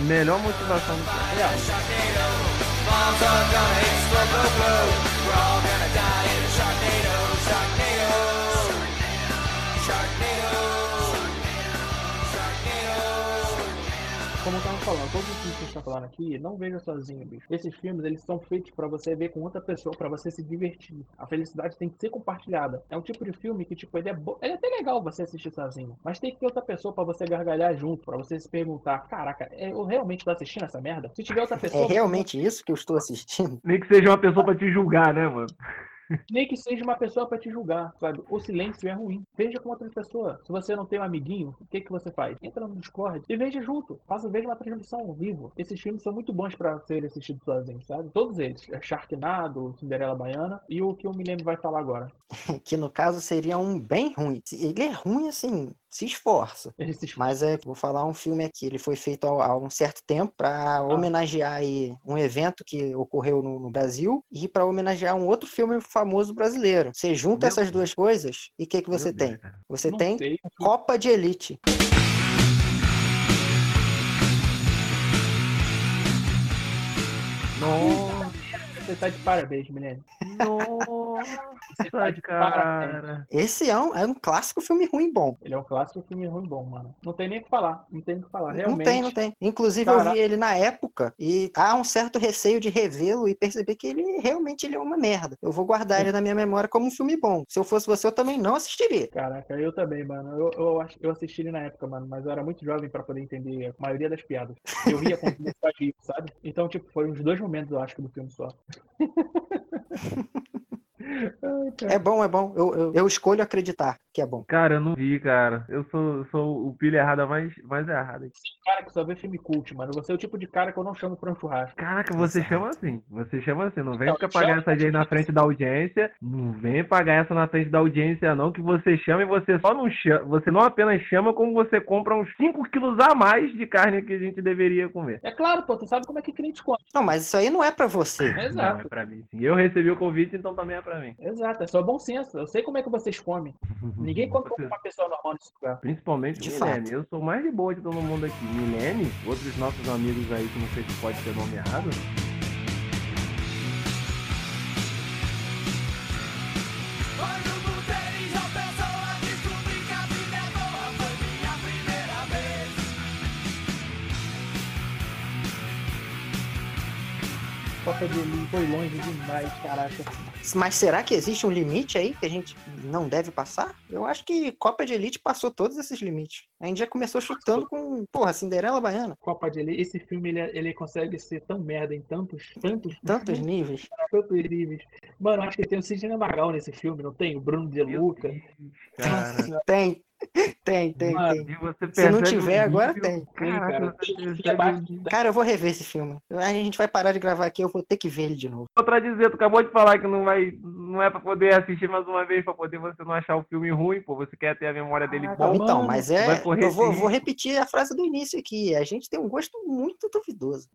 [SPEAKER 3] melhor motivação do que
[SPEAKER 1] É, Como eu tava falando, todos os filmes que a gente tá falando aqui, não veja sozinho, bicho. Esses filmes, eles são feitos pra você ver com outra pessoa, pra você se divertir. A felicidade tem que ser compartilhada. É um tipo de filme que, tipo, ele é, bo... ele é até legal você assistir sozinho, mas tem que ter outra pessoa pra você gargalhar junto, pra você se perguntar, caraca, é- eu realmente tô assistindo essa merda? Se tiver outra pessoa...
[SPEAKER 2] É realmente isso que eu estou assistindo?
[SPEAKER 3] Nem que seja uma pessoa pra te julgar, né, mano?
[SPEAKER 1] Nem que seja uma pessoa pra te julgar, sabe? O silêncio é ruim. Veja com outra pessoa. Se você não tem um amiguinho, o que que você faz? Entra no Discord e veja junto. Faça, veja uma transmissão ao vivo. Esses filmes são muito bons pra serem assistidos sozinhos, sabe? Todos eles. É Sharknado, Cinderela Baiana e o que o Milene vai falar agora.
[SPEAKER 2] Que no caso seria um bem ruim. Se- Ele é ruim assim, se esforça.
[SPEAKER 1] Esses
[SPEAKER 2] Mas é, vou falar um filme aqui. Ele foi feito há há um certo tempo para homenagear aí um evento que ocorreu no, no Brasil e para homenagear um outro filme famoso brasileiro. Você junta
[SPEAKER 3] Meu
[SPEAKER 2] essas duas coisas e o que, que você
[SPEAKER 3] Meu Deus,
[SPEAKER 2] tem?
[SPEAKER 3] cara.
[SPEAKER 2] Você
[SPEAKER 1] não
[SPEAKER 2] tem
[SPEAKER 1] sei.
[SPEAKER 2] Copa de Elite.
[SPEAKER 3] Nossa,
[SPEAKER 1] Você tá de parabéns, Milene. Você tá de parabéns.
[SPEAKER 3] cara.
[SPEAKER 2] Esse é um, é um clássico filme ruim bom.
[SPEAKER 1] Ele é um clássico filme ruim bom, mano. Não tem nem o que falar. Não tem o que falar.
[SPEAKER 2] Não
[SPEAKER 1] Realmente.
[SPEAKER 2] tem, não tem. Inclusive, eu
[SPEAKER 1] Caraca.
[SPEAKER 2] vi ele na época e há um certo receio de revê-lo e perceber que ele realmente ele é uma merda. Eu vou
[SPEAKER 1] É.
[SPEAKER 2] guardar ele na minha memória como um filme bom. Se eu fosse você, eu também não assistiria.
[SPEAKER 1] Caraca, eu também, mano. Eu, eu, acho- eu assisti ele na época, mano, mas eu era muito jovem pra poder entender a maioria das piadas. Eu ria com rir, sabe? Então, tipo, foi uns dois momentos, eu acho, que do filme só.
[SPEAKER 2] É bom, é bom. Eu, eu, eu escolho acreditar que é bom.
[SPEAKER 3] Cara, eu não vi, cara. Eu sou, sou o pilha errada mais, mais errada.
[SPEAKER 1] Cara que só vê filme cult, mano. Você é o tipo de cara que eu não chamo pra um churrasco.
[SPEAKER 3] Caraca, você
[SPEAKER 2] Exato.
[SPEAKER 3] chama assim. Você chama assim. Não vem
[SPEAKER 1] Então,
[SPEAKER 3] ficar pagar
[SPEAKER 1] chama
[SPEAKER 3] essa de aí na
[SPEAKER 1] assim.
[SPEAKER 3] frente da audiência. Não vem pagar essa na frente da audiência, não. Que você chama e você só não chama. Você não apenas chama, como você compra uns 5 quilos a mais de carne que a gente deveria comer.
[SPEAKER 1] É claro, pô, tu sabe como é que cliente come.
[SPEAKER 2] Não, mas isso aí não é pra você.
[SPEAKER 3] Não,
[SPEAKER 1] Exato,
[SPEAKER 3] é pra mim, sim. Eu recebi o convite, então também é pra mim.
[SPEAKER 1] exato. É só bom senso. Eu sei como é que vocês comem.
[SPEAKER 3] Uhum,
[SPEAKER 1] Ninguém come
[SPEAKER 3] Você-
[SPEAKER 1] como uma pessoa normal nesse lugar.
[SPEAKER 3] Principalmente
[SPEAKER 2] Uhum. De
[SPEAKER 3] o Milene. Eu sou o mais de boa de todo mundo aqui. Milene, outros nossos amigos aí que não sei se pode ser nomeado.
[SPEAKER 1] Copa de mim foi longe demais, caraca.
[SPEAKER 2] Mas será que existe um limite aí que a gente não deve passar? Eu acho que Copa de Elite passou todos esses limites. A gente já começou chutando com, porra, Cinderela Baiana.
[SPEAKER 1] Copa de Elite, esse filme ele, é, ele consegue ser tão merda em tantos, tantos,
[SPEAKER 2] Tantos níveis.
[SPEAKER 1] tantos níveis. Mano, acho que tem o Sidney Magal nesse filme, não tem? O Bruno De
[SPEAKER 3] Meu
[SPEAKER 1] Luca.
[SPEAKER 3] Deus, Cara.
[SPEAKER 2] Tem. Tem, tem,
[SPEAKER 1] Mano, um
[SPEAKER 2] tem.
[SPEAKER 3] E
[SPEAKER 2] Se
[SPEAKER 3] você
[SPEAKER 2] não
[SPEAKER 3] percebe o
[SPEAKER 2] tiver, agora
[SPEAKER 3] nível-
[SPEAKER 2] tem.
[SPEAKER 1] Tem,
[SPEAKER 3] Caraca,
[SPEAKER 1] cara.
[SPEAKER 3] você percebe o
[SPEAKER 1] Abaixo da-
[SPEAKER 2] Cara, eu vou rever esse filme. A gente vai parar de gravar aqui, eu vou ter que ver ele de novo.
[SPEAKER 3] Vou contradizer, tu acabou de falar que não vai, não é pra poder assistir mais uma vez, pra poder você não achar o filme ruim, pô, você quer ter a memória dele
[SPEAKER 1] Caraca,
[SPEAKER 3] boa.
[SPEAKER 1] mano,
[SPEAKER 2] então, mas é.
[SPEAKER 3] Tá vai correr
[SPEAKER 2] Eu vou,
[SPEAKER 3] esse
[SPEAKER 2] vou repetir a frase do início aqui. A gente tem um gosto muito duvidoso.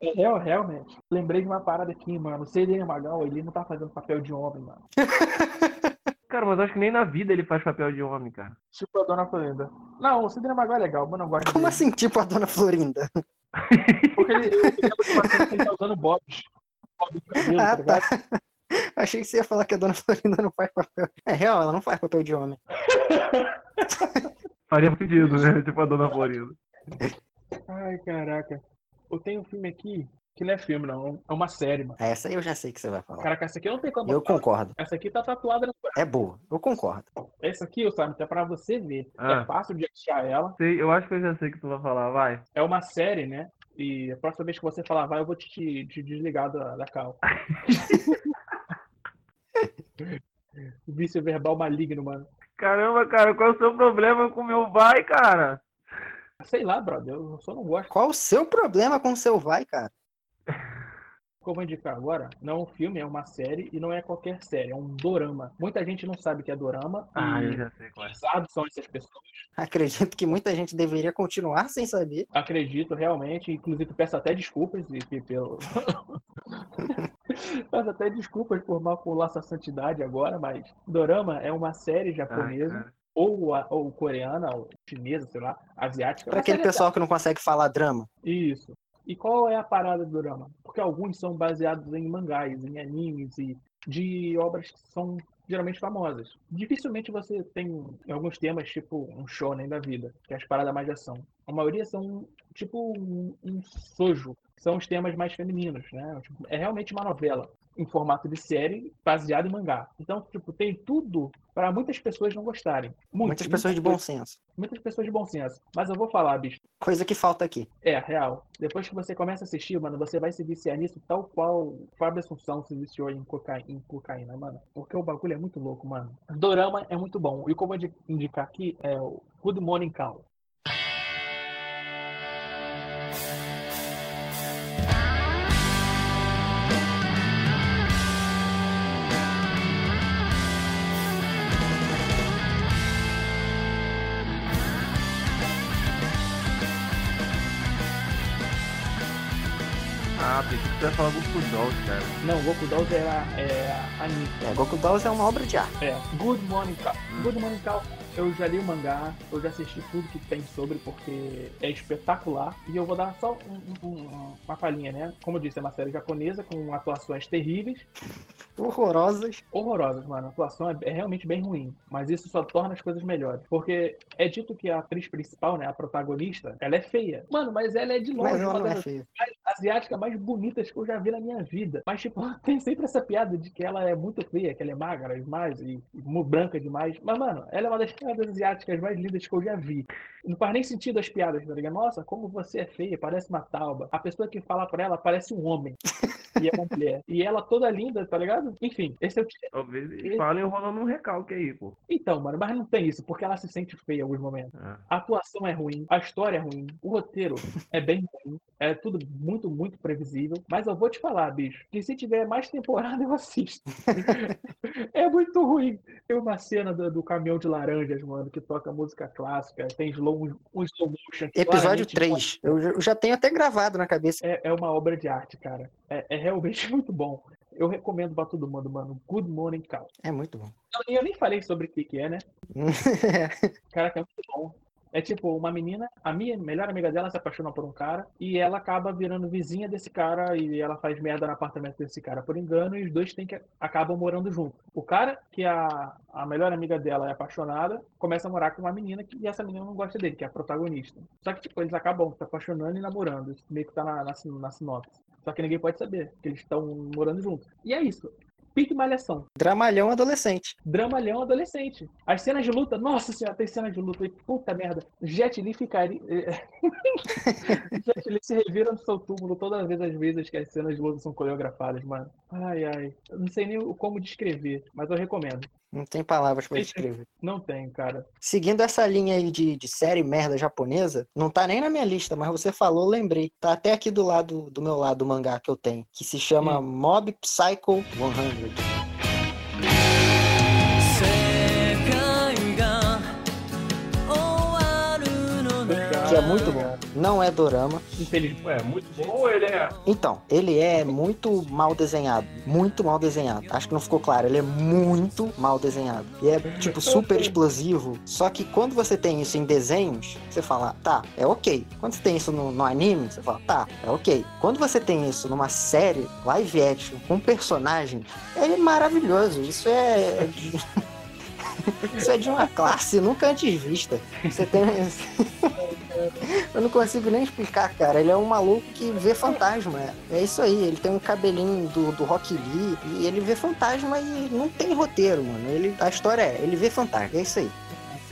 [SPEAKER 1] É, real- realmente. Lembrei de uma parada aqui, mano. O Sidney Magal, ele não tá fazendo papel de homem, mano.
[SPEAKER 3] Cara, mas acho que nem na vida ele faz papel de homem, cara.
[SPEAKER 1] Tipo a Dona Florinda. Não, o Sidney Magal é legal, mano, eu gosto
[SPEAKER 2] Como
[SPEAKER 1] dele.
[SPEAKER 2] assim, tipo a Dona Florinda?
[SPEAKER 1] é Porque ele, ele, tá usando bobs. Bob de cabelo,
[SPEAKER 2] Ah,
[SPEAKER 1] tá ligado?
[SPEAKER 2] Achei que você ia falar que a dona Florinda não faz papel. É real, ela não faz papel de homem.
[SPEAKER 3] Faria sentido, né? Tipo a Dona Florinda.
[SPEAKER 2] tá.
[SPEAKER 1] Ai, caraca. Eu tenho um filme aqui que não é filme, não. É uma série, mano.
[SPEAKER 2] Ah, Essa aí eu já sei que você vai falar.
[SPEAKER 1] Caraca, essa aqui não
[SPEAKER 3] tá
[SPEAKER 1] tem como.
[SPEAKER 2] Eu concordo.
[SPEAKER 1] Essa aqui tá tatuada no
[SPEAKER 2] É boa, eu concordo.
[SPEAKER 1] Essa aqui, sabe, é pra você ver.
[SPEAKER 3] Ah.
[SPEAKER 1] É fácil de achar ela.
[SPEAKER 3] Sei, eu acho que eu já sei o que tu vai falar, vai.
[SPEAKER 1] É uma série, né? E a próxima vez que você falar vai, eu vou te, te- te desligar da, da cal. Vício verbal maligno, mano.
[SPEAKER 3] Caramba, cara, qual é o seu problema com meu vai, cara?
[SPEAKER 1] Sei lá, brother. Eu só não gosto.
[SPEAKER 2] Qual o seu problema com o seu vai, cara?
[SPEAKER 1] O que eu vou indicar agora não é um filme, é uma série. E não é qualquer série, é um dorama. Muita gente não sabe o que é dorama.
[SPEAKER 3] Ah, eu
[SPEAKER 1] e
[SPEAKER 3] já sei qual é.
[SPEAKER 1] pesados são essas pessoas.
[SPEAKER 2] Acredito que muita gente deveria continuar sem saber.
[SPEAKER 1] Acredito realmente, inclusive peço até desculpas e, e pelo. peço até desculpas por macular essa santidade agora, mas Dorama é uma série
[SPEAKER 3] tá
[SPEAKER 1] japonesa
[SPEAKER 3] cara.
[SPEAKER 1] ou, a- ou coreana, ou chinesa, sei lá, asiática.
[SPEAKER 2] Pra
[SPEAKER 1] uma
[SPEAKER 2] aquele
[SPEAKER 1] série
[SPEAKER 2] pessoal que não consegue falar drama.
[SPEAKER 1] isso. E qual é a parada do dorama? Porque alguns são baseados em mangás, em animes e de obras que são geralmente famosas. Dificilmente você tem alguns temas tipo um shonen da vida, que é as paradas mais de ação. A maioria são tipo um, um sojo, que são os temas mais femininos, né? Tipo, é realmente uma novela em formato de série baseada em mangá. Então, tipo, tem tudo para muitas pessoas não gostarem.
[SPEAKER 2] Muitas pessoas de bom senso.
[SPEAKER 1] muitas pessoas de bom senso. Mas eu vou falar, bicho.
[SPEAKER 2] Coisa que falta aqui.
[SPEAKER 1] É, real. Depois que você começa a assistir, mano, você vai se viciar nisso tal qual o Fábio Assunção se viciou em cocaína, em cocaína, mano. Porque o bagulho é muito louco, mano. Dorama é muito bom. E como eu vou indicar aqui é o Good Morning Call.
[SPEAKER 3] Ah, pensei que tu ia falar do Fudol, cara.
[SPEAKER 1] Não, Goku Dolls era é, anime.
[SPEAKER 2] É, Goku Dolls é uma obra de arte.
[SPEAKER 1] É, Good Morning Call. Good Morning Call, eu já li o mangá, eu já assisti tudo que tem sobre, porque é espetacular. E eu vou dar só um- um- um- uma palhinha, né? Como eu disse, é uma série japonesa com atuações terríveis.
[SPEAKER 2] Horrorosas.
[SPEAKER 1] horrorosas, mano. A atuação é, é realmente bem ruim. Mas isso só torna as coisas melhores. Porque é dito que a atriz principal, né? A protagonista, ela é feia. Mano, mas ela é de longe
[SPEAKER 2] Mas ela
[SPEAKER 1] uma
[SPEAKER 2] não é
[SPEAKER 1] das
[SPEAKER 2] feia.
[SPEAKER 1] mais asiáticas mais bonitas que eu já vi na minha vida. Mas, tipo, tem sempre essa piada de que ela é muito feia, que ela é magra demais e, e mu- branca demais. Mas, mano, ela é uma das piadas asiáticas mais lindas que eu já vi. Não faz nem sentido as piadas, tá ligado? Nossa, como você é feia, parece uma tauba. A pessoa que fala pra ela parece um homem. E é uma mulher. E ela toda linda, tá ligado? Enfim, esse é o,
[SPEAKER 3] Talvez eles falem rolando um recalque aí, pô.
[SPEAKER 1] então, mano, mas não tem isso, porque ela se sente feia em alguns momentos.
[SPEAKER 3] Ah.
[SPEAKER 1] A atuação é ruim, a história é ruim, o roteiro é bem ruim, é tudo muito, muito previsível. Mas eu vou te falar, bicho, que se tiver mais temporada eu assisto. é muito ruim. Tem uma cena do, do caminhão de laranjas, mano, que toca música clássica, tem slow, um slow motion. que
[SPEAKER 2] Episódio
[SPEAKER 1] claramente
[SPEAKER 2] 3. Eu já- eu já tenho até gravado na cabeça.
[SPEAKER 1] é, é uma obra de arte, cara. É, é realmente muito bom. Eu recomendo pra todo mundo, mano. Good Morning Call.
[SPEAKER 2] É muito bom.
[SPEAKER 1] Eu, eu nem falei sobre o que, que é, né? Caraca, é muito bom. É tipo, uma menina, a minha melhor amiga dela se apaixona por um cara e ela acaba virando vizinha desse cara e ela faz merda no apartamento desse cara por engano e os dois têm que acabam morando junto. O cara, que é a, a melhor amiga dela é apaixonada, começa a morar com uma menina que, e essa menina não gosta dele, que é a protagonista. Só que, tipo, eles acabam se apaixonando e namorando. Isso meio que tá na, na, sin- na sinopse. Só que ninguém pode saber que eles estão morando juntos. E é isso. Pique malhação
[SPEAKER 2] Dramalhão adolescente.
[SPEAKER 1] dramalhão adolescente. As cenas de luta, nossa senhora, tem cenas de luta. e Puta merda. Jet Li ficaria. eh, Jet Li se revira no seu túmulo todas as vezes, às vezes que as cenas de luta são coreografadas, mano. Ai, ai. Eu não sei nem o- como descrever, mas eu recomendo.
[SPEAKER 2] Não tem palavras pra
[SPEAKER 1] Eita.
[SPEAKER 2] descrever.
[SPEAKER 1] Não tem, cara.
[SPEAKER 2] Seguindo essa linha aí de, de série merda japonesa, não tá nem na minha lista, mas você falou, lembrei. Tá até aqui do lado do meu lado o mangá que eu tenho, que se chama Mob Psycho 100.
[SPEAKER 6] 世界が終わるのなら
[SPEAKER 1] Legal.
[SPEAKER 2] Que é muito bom. não é dorama.
[SPEAKER 1] Infelizmente.
[SPEAKER 6] Ué, muito bom ou ele é.
[SPEAKER 2] Então, ele é muito mal desenhado. Muito mal desenhado. Acho que não ficou claro. Ele é muito mal desenhado. E é, tipo, super explosivo. Só que quando você tem isso em desenhos, você fala, tá, é ok. Quando você tem isso no, no anime, você fala, tá, é ok. Quando você tem isso numa série live action com um personagem, é maravilhoso. Isso é. Isso é de uma classe nunca antes vista. Você tem. Eu não consigo nem explicar, cara. Ele é um maluco que vê fantasma. É isso aí. Ele tem um cabelinho do, do Rock Lee e ele vê fantasma e não tem roteiro, mano. Ele, a história é, ele vê fantasma. É isso aí.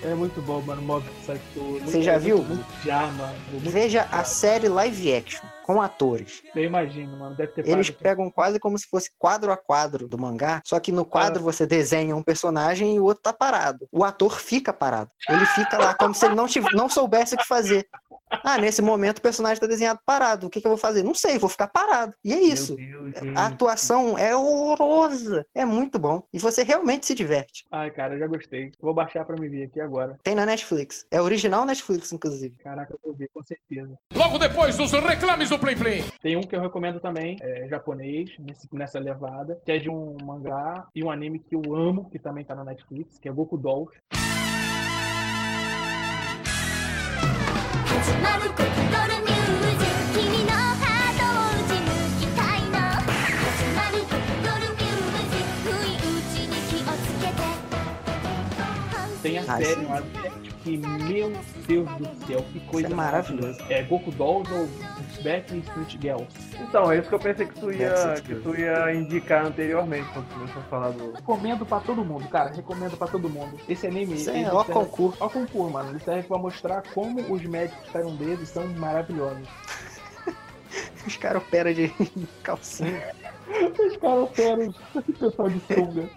[SPEAKER 1] É muito bom, mano. Mob Psycho.
[SPEAKER 2] Você já
[SPEAKER 1] É
[SPEAKER 2] viu?
[SPEAKER 1] Muito, muito, já, mano. Muito-
[SPEAKER 2] Veja a série live action com atores.
[SPEAKER 1] Eu imagino, mano. Deve ter
[SPEAKER 2] Eles
[SPEAKER 1] pago.
[SPEAKER 2] pegam quase como se fosse quadro a quadro do mangá, só que no quadro você desenha um personagem e o outro tá parado. O ator fica parado. Ele fica lá como se ele não, tive, não soubesse o que fazer. Ah, nesse momento o personagem tá desenhado parado. O que, que eu vou fazer? Não sei, vou ficar parado. E é isso.
[SPEAKER 6] Meu Deus,
[SPEAKER 3] Uhum.
[SPEAKER 2] A atuação é horrorosa. É muito bom. E você realmente se diverte.
[SPEAKER 1] Ai, cara, eu já gostei. Vou baixar pra me ver aqui agora.
[SPEAKER 2] Tem na Netflix. É original Netflix, inclusive.
[SPEAKER 1] Caraca, eu vou ver, com certeza.
[SPEAKER 4] Logo depois dos reclames do Play Play.
[SPEAKER 1] Tem um que eu recomendo também, é japonês, nesse- nessa levada, que é de um mangá e um anime que eu amo, que também tá na Netflix, que é Goku Dolls. Tem a
[SPEAKER 2] Ah,
[SPEAKER 1] série
[SPEAKER 2] sim.
[SPEAKER 1] lá, que, meu Deus do céu, que coisa
[SPEAKER 2] é maravilhoso.
[SPEAKER 1] maravilhosa. É Goku Dolls ou Back in Street Girls.
[SPEAKER 6] Então, é isso que eu pensei que tu ia,
[SPEAKER 2] Deve ser
[SPEAKER 6] que tu ia indicar anteriormente quando tu começou a falar do.
[SPEAKER 1] Recomendo pra todo mundo, cara, recomendo pra todo mundo. Esse anime...
[SPEAKER 2] Isso
[SPEAKER 1] ele
[SPEAKER 2] é ó
[SPEAKER 1] serve-
[SPEAKER 2] concurso.
[SPEAKER 1] Ó concurso, mano. Ele serve pra mostrar como os médicos tailandeses são maravilhosos.
[SPEAKER 2] Os caras operam de calcinha.
[SPEAKER 1] Os caras sério, esse pessoal de sunga.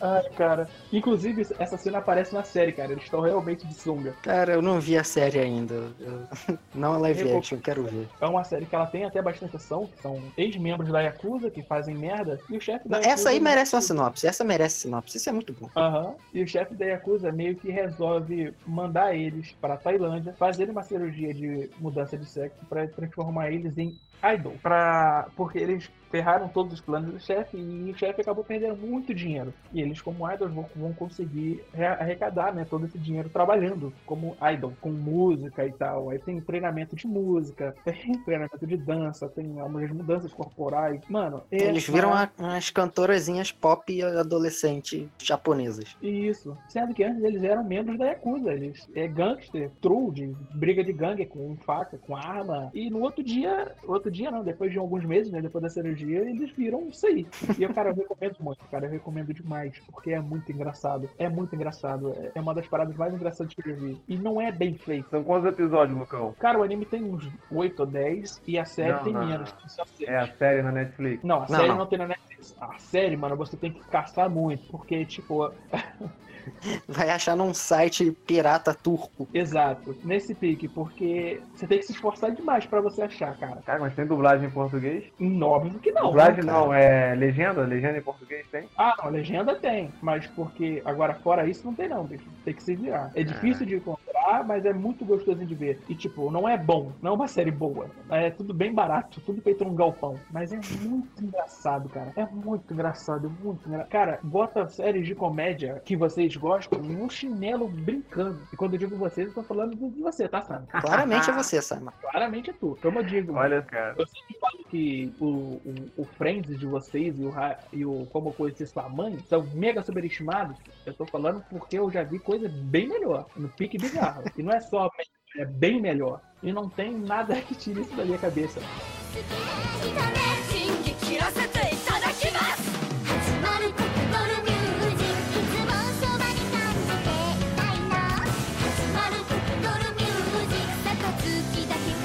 [SPEAKER 1] Ai, cara. Inclusive, essa cena aparece na série, cara. Eles estão realmente de sunga.
[SPEAKER 2] Cara, eu não vi a série ainda. Eu- Não a live
[SPEAKER 1] Eu-
[SPEAKER 2] action, eu quero ver.
[SPEAKER 1] É uma série que ela tem até bastante ação, que são ex-membros da Yakuza que fazem merda. E o chefe da
[SPEAKER 2] Essa aí
[SPEAKER 1] Yakuza-
[SPEAKER 2] merece uma sinopse. Essa merece sinopse. Isso é muito bom.
[SPEAKER 1] Aham. E o chefe da Yakuza meio que resolve mandar eles pra Tailândia, fazer uma cirurgia de mudança de sexo pra transformar eles em idol. Pra... Porque eles ferraram todos os planos do chefe e o chefe acabou perdendo muito dinheiro. E eles, como idols, vão, vão conseguir re- arrecadar né, todo esse dinheiro trabalhando como idol, com música e tal. Aí tem treinamento de música, tem treinamento de dança, tem algumas mudanças corporais. Mano, é
[SPEAKER 2] Eles viram a- umas cantorazinhas pop adolescente japonesas.
[SPEAKER 1] Isso. Sendo que antes eles eram membros da Yakuza. Eles é gangster, trude, briga de gangue com faca, com arma. E no outro dia, outro dia não, depois de alguns meses, né? Depois da cirurgia, eles viram isso aí. E eu, cara, eu recomendo muito, cara. Eu recomendo demais, porque é muito engraçado. É muito engraçado. É- É uma das paradas mais engraçadas que eu já vi. E não é bem feito.
[SPEAKER 6] São quantos episódios, Lucão?
[SPEAKER 1] Cara, o anime tem uns 8 ou 10 e a série
[SPEAKER 6] Não,
[SPEAKER 1] tem
[SPEAKER 6] não,
[SPEAKER 1] menos.
[SPEAKER 6] não.
[SPEAKER 1] Isso é sério.
[SPEAKER 6] É a série na Netflix.
[SPEAKER 1] Não, a
[SPEAKER 2] Não,
[SPEAKER 1] série
[SPEAKER 2] não.
[SPEAKER 1] não. tem na Netflix. Ah, A série, mano, você tem que caçar muito, porque, tipo,
[SPEAKER 2] Vai achar num site pirata turco.
[SPEAKER 1] Exato, nesse pique, porque você tem que se esforçar demais pra você achar, cara.
[SPEAKER 6] Cara, mas tem dublagem em português?
[SPEAKER 1] Hum, Óbvio que não.
[SPEAKER 6] dublagem
[SPEAKER 3] né?
[SPEAKER 2] cara.
[SPEAKER 6] não, é legenda? Legenda em português tem?
[SPEAKER 1] Ah, não, legenda tem, mas porque agora fora isso não tem não, bicho. Tem que se virar. É difícil de encontrar, mas é muito gostosinho de ver. E tipo, não é bom, não é uma série boa. É tudo bem barato, tudo feito num galpão, mas é muito engraçado, cara. É muito engraçado, muito engraçado. Cara, bota séries de comédia que vocês gostam num chinelo brincando. E quando eu digo vocês, eu tô falando de você, tá, Sam?
[SPEAKER 2] Claramente é você, Sama.
[SPEAKER 1] Claramente é tu. Como eu digo,
[SPEAKER 6] Olha, cara.
[SPEAKER 1] Eu sempre falo que o, o, o Friends de vocês e o, Ra- e o Como Eu Conheci Sua Mãe são mega superestimados. Eu tô falando porque eu já vi coisa bem melhor, no pique bizarro. e não é só, melhor, é bem melhor. E não tem nada que tire isso da minha cabeça.
[SPEAKER 7] 始まることのミュージックズボンそばになんてないな始まることのミュージックサカツキだけか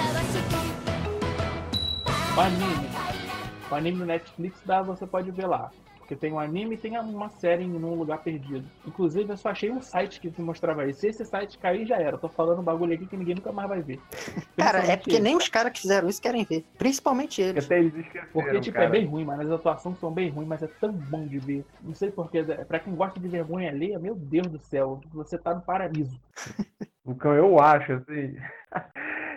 [SPEAKER 7] わして
[SPEAKER 1] O anime no Netflix dá, você pode ver lá. Porque tem um anime e tem uma série em um lugar perdido. Inclusive, eu só achei um site que mostrava isso. Se esse site cair, já era. Eu tô falando um bagulho aqui que ninguém nunca mais vai ver.
[SPEAKER 2] Cara, é
[SPEAKER 1] Principalmente
[SPEAKER 2] porque nem os caras que fizeram isso querem ver. Principalmente
[SPEAKER 6] Porque
[SPEAKER 2] eles.
[SPEAKER 6] Até eles esqueceram,
[SPEAKER 3] um
[SPEAKER 1] Porque, tipo,
[SPEAKER 6] cara.
[SPEAKER 1] é bem ruim, mano. As atuações são bem ruins, mas é tão bom de ver. Não sei porquê. Pra quem gosta de vergonha alheia, meu Deus do céu, você tá no paraíso.
[SPEAKER 6] Lucão, eu acho, assim.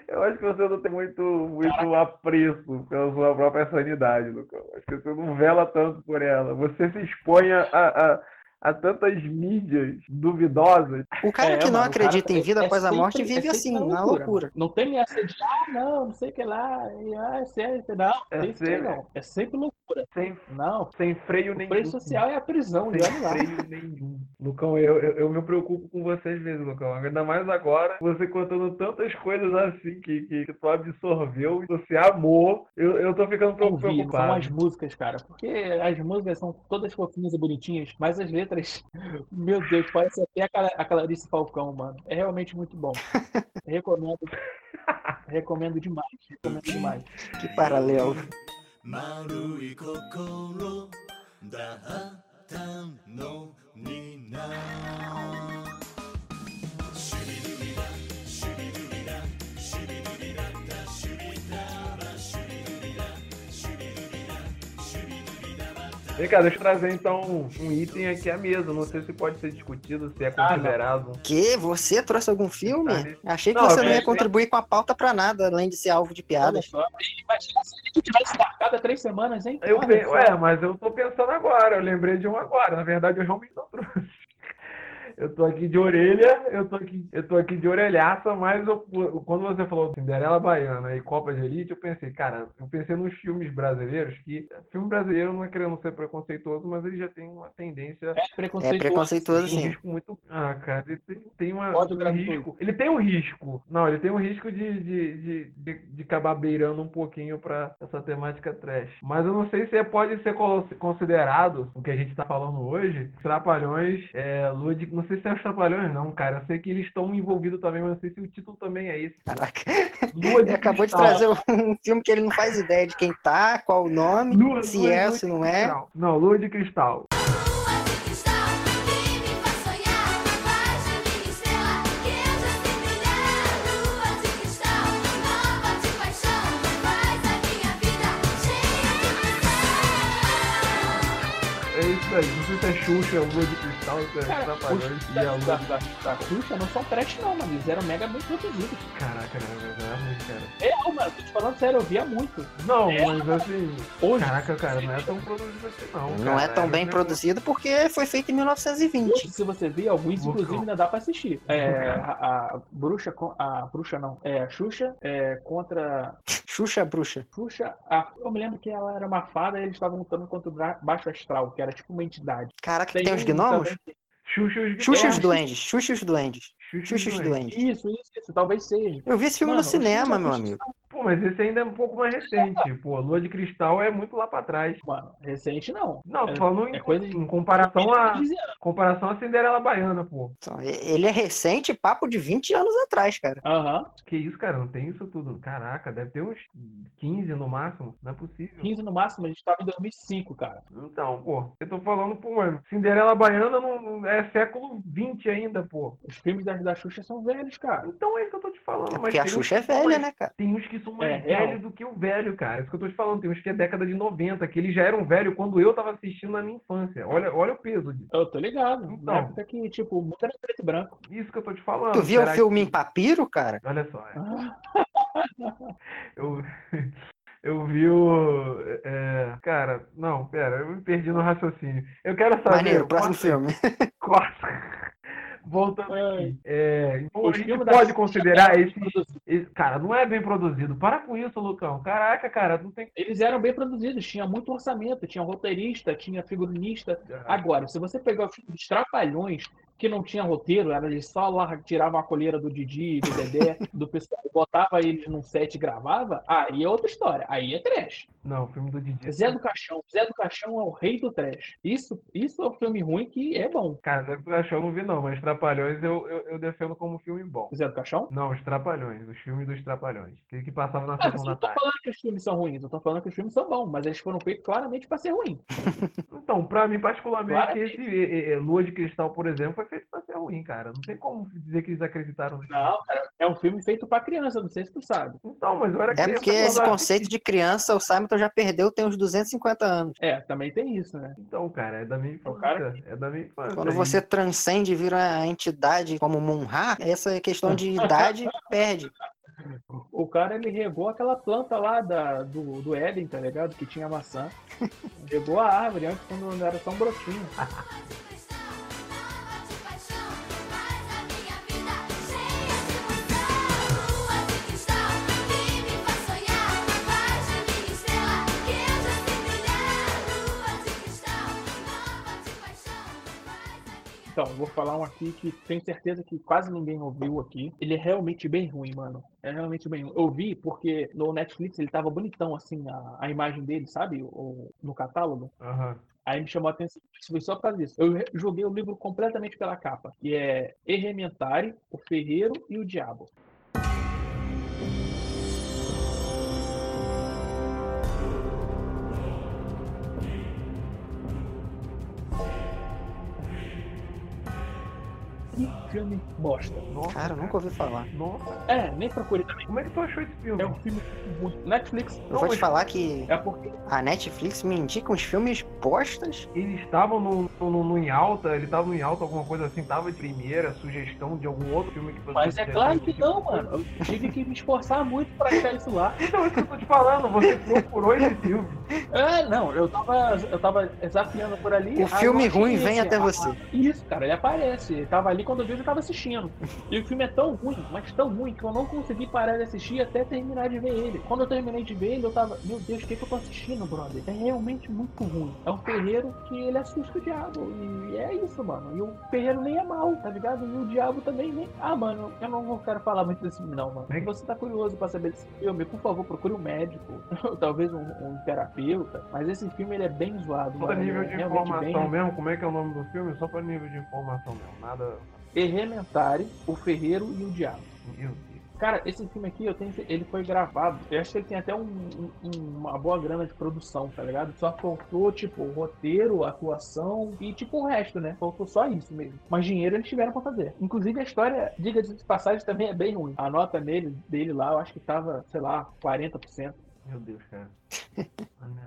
[SPEAKER 3] Eu acho que você não tem muito, muito apreço pela sua própria sanidade, Lucão. Acho que você não vela tanto por ela. Você se expõe a, a, a tantas mídias duvidosas.
[SPEAKER 2] O cara
[SPEAKER 1] É,
[SPEAKER 2] que não
[SPEAKER 1] mano, o cara
[SPEAKER 2] acredita em vida
[SPEAKER 1] é- é
[SPEAKER 2] após a morte
[SPEAKER 1] sempre-
[SPEAKER 2] vive
[SPEAKER 1] é
[SPEAKER 2] assim,
[SPEAKER 1] sempre
[SPEAKER 2] na loucura.
[SPEAKER 1] Não tem me assediar, ah, não, não sei o que lá. e, Ah, é sério, não,
[SPEAKER 3] É
[SPEAKER 1] tem isso aí,
[SPEAKER 3] sempre-
[SPEAKER 1] não. É sempre loucura.
[SPEAKER 3] Sem,
[SPEAKER 1] Não,
[SPEAKER 3] sem freio
[SPEAKER 1] o
[SPEAKER 3] nenhum.
[SPEAKER 1] preço social é a prisão, e olha
[SPEAKER 3] Sem
[SPEAKER 1] lá.
[SPEAKER 3] freio nenhum. Lucão, eu, eu, eu me preocupo com você às vezes, Lucão. Ainda mais agora, você contando tantas coisas assim que, que, que tu absorveu, que você amou. Eu, eu tô ficando
[SPEAKER 1] Eu
[SPEAKER 3] preocup-
[SPEAKER 1] ouvi, são
[SPEAKER 3] preocupado.
[SPEAKER 1] as músicas, cara. Porque as músicas são todas fofinhas e bonitinhas, mas as letras, meu Deus, parece até a Cla- a Clarice Falcão, mano. É realmente muito bom. Recomendo. Recomendo demais. Recomendo demais.
[SPEAKER 2] Que paralelo.
[SPEAKER 8] 丸い心だったのになシュビルビラシュビルビラシュビルビラだシュビララシュビルビラシュビルビラシュビルビラだ
[SPEAKER 3] Vem cá, deixa eu trazer então um item aqui à mesa. Não sei se pode ser discutido, se é
[SPEAKER 1] Ah, não.
[SPEAKER 3] considerado.
[SPEAKER 2] Que? Você trouxe algum filme?
[SPEAKER 3] Tá.
[SPEAKER 2] Achei que
[SPEAKER 3] Não,
[SPEAKER 2] você não
[SPEAKER 3] eu
[SPEAKER 2] ia
[SPEAKER 3] achei-
[SPEAKER 2] contribuir com a pauta pra nada, além de ser alvo de É
[SPEAKER 1] Olha
[SPEAKER 2] piadas.
[SPEAKER 1] só. Imagina se a gente tivesse marcado há três semanas, hein?
[SPEAKER 3] Eu
[SPEAKER 1] Olha
[SPEAKER 3] pe...
[SPEAKER 1] só.
[SPEAKER 3] Ué, mas eu tô pensando agora, eu lembrei de um agora. Na verdade, eu realmente não trouxe. Eu tô aqui de orelha, eu tô aqui, eu tô aqui de orelhaça, mas eu- eu- quando você falou Cinderela Baiana e Copa de Elite, eu pensei, cara, eu pensei nos filmes brasileiros, que filme brasileiro não é querendo ser preconceituoso, mas ele já tem uma tendência
[SPEAKER 1] É
[SPEAKER 2] É
[SPEAKER 1] preconceituoso.
[SPEAKER 2] preconceituoso,
[SPEAKER 3] tem um
[SPEAKER 2] sim.
[SPEAKER 3] risco muito. Ah, cara, ele tem, tem uma,
[SPEAKER 1] Pode
[SPEAKER 3] um
[SPEAKER 1] gratuito.
[SPEAKER 3] risco. Ele tem um risco. Não, ele tem um risco de, de, de, de, de acabar beirando um pouquinho pra essa temática trash. Mas eu não sei se é- pode ser colo- considerado o que a gente tá falando hoje. os Trapalhões, é, Lud... não sei se é os Trapalhões, não, cara. Eu sei que eles estão envolvidos também, mas não sei se o título também é esse.
[SPEAKER 2] Caraca.
[SPEAKER 3] Lua
[SPEAKER 2] Ele acabou de
[SPEAKER 3] Cristal.
[SPEAKER 2] trazer um filme que ele não faz ideia de quem tá, qual o nome,
[SPEAKER 3] Lua-
[SPEAKER 2] se
[SPEAKER 3] Lua-
[SPEAKER 2] é,
[SPEAKER 3] Lua
[SPEAKER 2] se
[SPEAKER 3] de
[SPEAKER 2] não é.
[SPEAKER 3] Cristal. Não, Lua de Cristal.
[SPEAKER 9] Lua de cristal que me faz sonhar, faz de mim estrela que eu já sei brilhar. Lua de cristal, nova de paixão, faz a minha vida cheia de emoção.
[SPEAKER 3] É isso aí. Não sei se é Xuxa, Lua de Cristal, se é
[SPEAKER 1] Cara,
[SPEAKER 3] Trapalhões
[SPEAKER 1] os
[SPEAKER 3] e a
[SPEAKER 1] da,
[SPEAKER 3] Lua
[SPEAKER 1] da, da, da Xuxa não são trash, não, mano. Eles eram mega bem produzidos.
[SPEAKER 3] Caraca, não, mas é ruim, cara.
[SPEAKER 1] Eu, mano, tô te falando sério, eu via muito.
[SPEAKER 3] Não, mas assim.
[SPEAKER 1] É? Hoje,
[SPEAKER 3] Caraca, cara, não é tão produzido assim, não.
[SPEAKER 2] Não
[SPEAKER 3] cara.
[SPEAKER 2] é tão bem
[SPEAKER 3] um-
[SPEAKER 2] produzido porque foi feito em 1920.
[SPEAKER 1] Hoje, se você vê, alguns,
[SPEAKER 3] Loucão.
[SPEAKER 1] inclusive, ainda dá pra assistir. É, a, a bruxa, co- a bruxa não, é a Xuxa é, contra
[SPEAKER 2] Xuxa Bruxa.
[SPEAKER 1] Xuxa. a- eu me lembro que ela era uma fada e eles estavam lutando contra o Bra- Baixo Astral, que era tipo uma entidade.
[SPEAKER 2] Caraca, tem, É. os
[SPEAKER 1] um
[SPEAKER 2] gnomos?
[SPEAKER 1] também-
[SPEAKER 3] Xuxa e os
[SPEAKER 2] Xuxa e os
[SPEAKER 3] Guitarras.
[SPEAKER 2] duendes, Xuxa e os duendes,
[SPEAKER 3] Xuxa e os
[SPEAKER 2] Xuxa e os
[SPEAKER 3] Guitarras.
[SPEAKER 2] duendes.
[SPEAKER 1] Isso, isso, isso, talvez seja.
[SPEAKER 2] Eu vi esse filme
[SPEAKER 1] Mano,
[SPEAKER 2] no cinema,
[SPEAKER 1] Xuxa-
[SPEAKER 2] meu amigo.
[SPEAKER 3] Pô, mas esse ainda é um pouco mais recente. Pô, Lua de Cristal é muito lá pra trás.
[SPEAKER 1] Mano, recente não.
[SPEAKER 3] Não,
[SPEAKER 1] É-
[SPEAKER 3] tô falando em,
[SPEAKER 1] É coisa de.
[SPEAKER 3] em comparação a
[SPEAKER 1] 15 anos.
[SPEAKER 3] comparação a Cinderela Baiana, pô.
[SPEAKER 2] Então, e- ele é recente, papo de 20 anos atrás, cara.
[SPEAKER 1] Aham,
[SPEAKER 3] Que isso, cara, não tem isso tudo. Caraca, deve ter uns 15 no máximo. Não é possível.
[SPEAKER 1] 15 no máximo, a gente tava em 2005, cara.
[SPEAKER 3] Então, pô, eu tô falando, pô, mano. Cinderela Baiana não, não- é século 20 ainda, pô.
[SPEAKER 1] Os filmes da, da Xuxa são velhos, cara.
[SPEAKER 3] Então é isso que eu tô te falando.
[SPEAKER 2] É
[SPEAKER 3] mas um
[SPEAKER 2] porque a
[SPEAKER 3] tem uns
[SPEAKER 2] Xuxa é
[SPEAKER 3] que são mais
[SPEAKER 2] velha, né, cara?
[SPEAKER 3] Tem uns que são mais
[SPEAKER 1] É, real.
[SPEAKER 3] velhos do que o velho, cara. Isso que eu tô te falando. Tem uns que é década de 90, que eles já eram velho quando eu tava assistindo na minha infância. Olha, olha o peso disso.
[SPEAKER 1] Eu tô ligado.
[SPEAKER 3] Então.
[SPEAKER 1] Na época que, tipo, muito era preto e branco.
[SPEAKER 3] Isso que eu tô te falando.
[SPEAKER 2] Tu viu o
[SPEAKER 3] Será
[SPEAKER 2] filme em
[SPEAKER 3] que-
[SPEAKER 2] papiro, cara?
[SPEAKER 3] Olha só, é.
[SPEAKER 1] Ah,
[SPEAKER 3] eu, eu vi o. é, Cara, não, pera, eu me perdi no raciocínio. Eu quero saber.
[SPEAKER 2] Maneiro, próximo filme.
[SPEAKER 3] Corta. Voltando aqui. É, então
[SPEAKER 1] os
[SPEAKER 3] a gente
[SPEAKER 1] filmes da
[SPEAKER 3] pode
[SPEAKER 1] Xuxa
[SPEAKER 3] considerar
[SPEAKER 1] eram
[SPEAKER 3] esse,
[SPEAKER 1] bem produzidos.
[SPEAKER 3] esse- Cara, não é bem produzido. Para com isso, Lucão. Caraca, cara, não tem.
[SPEAKER 1] Eles eram bem produzidos, tinha muito orçamento, tinha roteirista, tinha figurinista. Agora, se você pegar o filme dos Trapalhões, que não tinha roteiro, era eles só lá tiravam a coleira do Didi, do Dedé, do pessoal, botava eles num set e gravava, aí é outra história, aí é trash.
[SPEAKER 3] Não, o filme do Didi. é
[SPEAKER 1] Zé do Caixão, Zé do Caixão é o rei do trash. Isso, isso é um filme ruim que é bom.
[SPEAKER 3] Cara, Zé do Caixão eu não vi não, mas Trapalhões eu, eu, eu defendo como um filme bom.
[SPEAKER 1] Zé do Caixão?
[SPEAKER 3] Não, os Trapalhões, os filmes dos Trapalhões. Que, que passava na
[SPEAKER 1] Ah, mas eu
[SPEAKER 3] sessão
[SPEAKER 1] não
[SPEAKER 3] da
[SPEAKER 1] tô
[SPEAKER 3] tarde.
[SPEAKER 1] falando que os filmes são ruins, eu tô falando que os filmes são bons, mas eles foram feitos claramente pra ser ruim.
[SPEAKER 3] Então, pra mim, particularmente,
[SPEAKER 1] Claro.
[SPEAKER 3] esse é, é, é, Lua de Cristal, por exemplo, foi feito pra ser ruim, cara. Não tem como dizer que eles acreditaram nisso.
[SPEAKER 1] Não, cara, é um filme feito pra criança, não sei se tu sabe.
[SPEAKER 3] Então, mas eu era
[SPEAKER 2] É
[SPEAKER 3] criança
[SPEAKER 2] porque
[SPEAKER 3] quando
[SPEAKER 2] esse
[SPEAKER 3] eu assisti.
[SPEAKER 2] conceito de criança, o Simon já perdeu, tem uns 250 anos.
[SPEAKER 1] É, também tem isso, né?
[SPEAKER 3] Então, cara, é da minha
[SPEAKER 1] É o
[SPEAKER 3] infância.
[SPEAKER 1] cara
[SPEAKER 3] É da minha infância.
[SPEAKER 2] Quando
[SPEAKER 3] E-
[SPEAKER 2] você transcende e vira uma entidade como Munra, essa questão de idade perde.
[SPEAKER 1] O cara, ele regou aquela planta lá da, do, do Éden, tá ligado? Que tinha maçã. Regou a árvore antes, quando não era tão brotinho.
[SPEAKER 9] de cristal, nova de paixão, faz a minha vida cheia de emoção. Lua de cristal que me faz sonhar, faz de mim estrela que eu já sei brilhar. Lua de cristal, nova de paixão, faz a minha
[SPEAKER 1] Então, vou falar um aqui que tenho certeza que quase ninguém ouviu aqui. Ele é realmente bem ruim, mano. É realmente bem ruim. Eu vi porque no Netflix ele tava bonitão, assim, a, a imagem dele, sabe? O- o- no catálogo.
[SPEAKER 3] Aham.
[SPEAKER 1] Aí me chamou a atenção. Isso foi só por causa disso. Eu re- joguei o livro completamente pela capa. Que é Errementari, O Ferreiro e o Diabo. Que filme bosta.
[SPEAKER 2] Cara, eu nunca ouvi falar.
[SPEAKER 3] Nossa,
[SPEAKER 1] É, nem procure também.
[SPEAKER 3] como é que tu achou esse filme?
[SPEAKER 1] É um filme muito. Netflix
[SPEAKER 2] Eu vou te falar que
[SPEAKER 1] É porque
[SPEAKER 2] a Netflix me indica uns filmes postas.
[SPEAKER 3] Eles estavam no, no, no- no em alta, ele tava no em alta, alguma coisa assim, tava de primeira, sugestão de algum outro filme que você
[SPEAKER 1] Mas é
[SPEAKER 3] tivesse
[SPEAKER 1] claro que
[SPEAKER 3] assistido.
[SPEAKER 1] não, mano. Eu tive que me esforçar muito pra achar isso lá.
[SPEAKER 3] Então, é isso que eu tô te falando, você procurou esse filme.
[SPEAKER 1] É, não, eu tava, eu tava desafiando por ali.
[SPEAKER 2] O
[SPEAKER 1] aí
[SPEAKER 2] filme
[SPEAKER 1] eu achei
[SPEAKER 2] ruim vem
[SPEAKER 1] esse.
[SPEAKER 2] até
[SPEAKER 1] Ah,
[SPEAKER 2] você.
[SPEAKER 1] Isso, cara, ele aparece. Ele tava ali quando eu vi, eu já tava assistindo. E o filme é tão ruim, mas tão ruim, que eu não consegui parar de assistir até terminar de ver ele. Quando eu terminei de ver ele, eu tava, meu Deus, o que, que eu tô assistindo, brother? É realmente muito ruim. É um ferreiro que ele assusta o diabo. E é isso, mano. E o ferreiro nem é mal, tá ligado? E o diabo também nem. Ah, mano, eu não vou- quero falar muito desse filme, não, mano. Se você tá curioso pra saber desse filme, por favor, procure um médico. Talvez um, um terapeuta. Mas esse filme ele é bem zoado,
[SPEAKER 3] Só pra
[SPEAKER 1] mano.
[SPEAKER 3] nível
[SPEAKER 1] Ele é
[SPEAKER 3] de
[SPEAKER 1] realmente bem
[SPEAKER 3] informação mesmo, como é que é o nome do filme? Só pra nível de informação mesmo, nada...
[SPEAKER 1] Errementari, O Ferreiro e o Diabo.
[SPEAKER 3] Meu Deus.
[SPEAKER 1] Cara, esse filme aqui, eu tenho, ele foi gravado. Eu acho que ele tem até um- um- uma boa grana de produção, tá ligado? Só faltou, tipo, roteiro, atuação e, tipo, o resto, né? Faltou só isso mesmo. Mas dinheiro eles tiveram pra fazer. Inclusive, a história, diga-se de passagem, também é bem ruim. A nota nele, dele lá, eu acho que tava, sei lá, 40%.
[SPEAKER 3] Meu Deus, cara.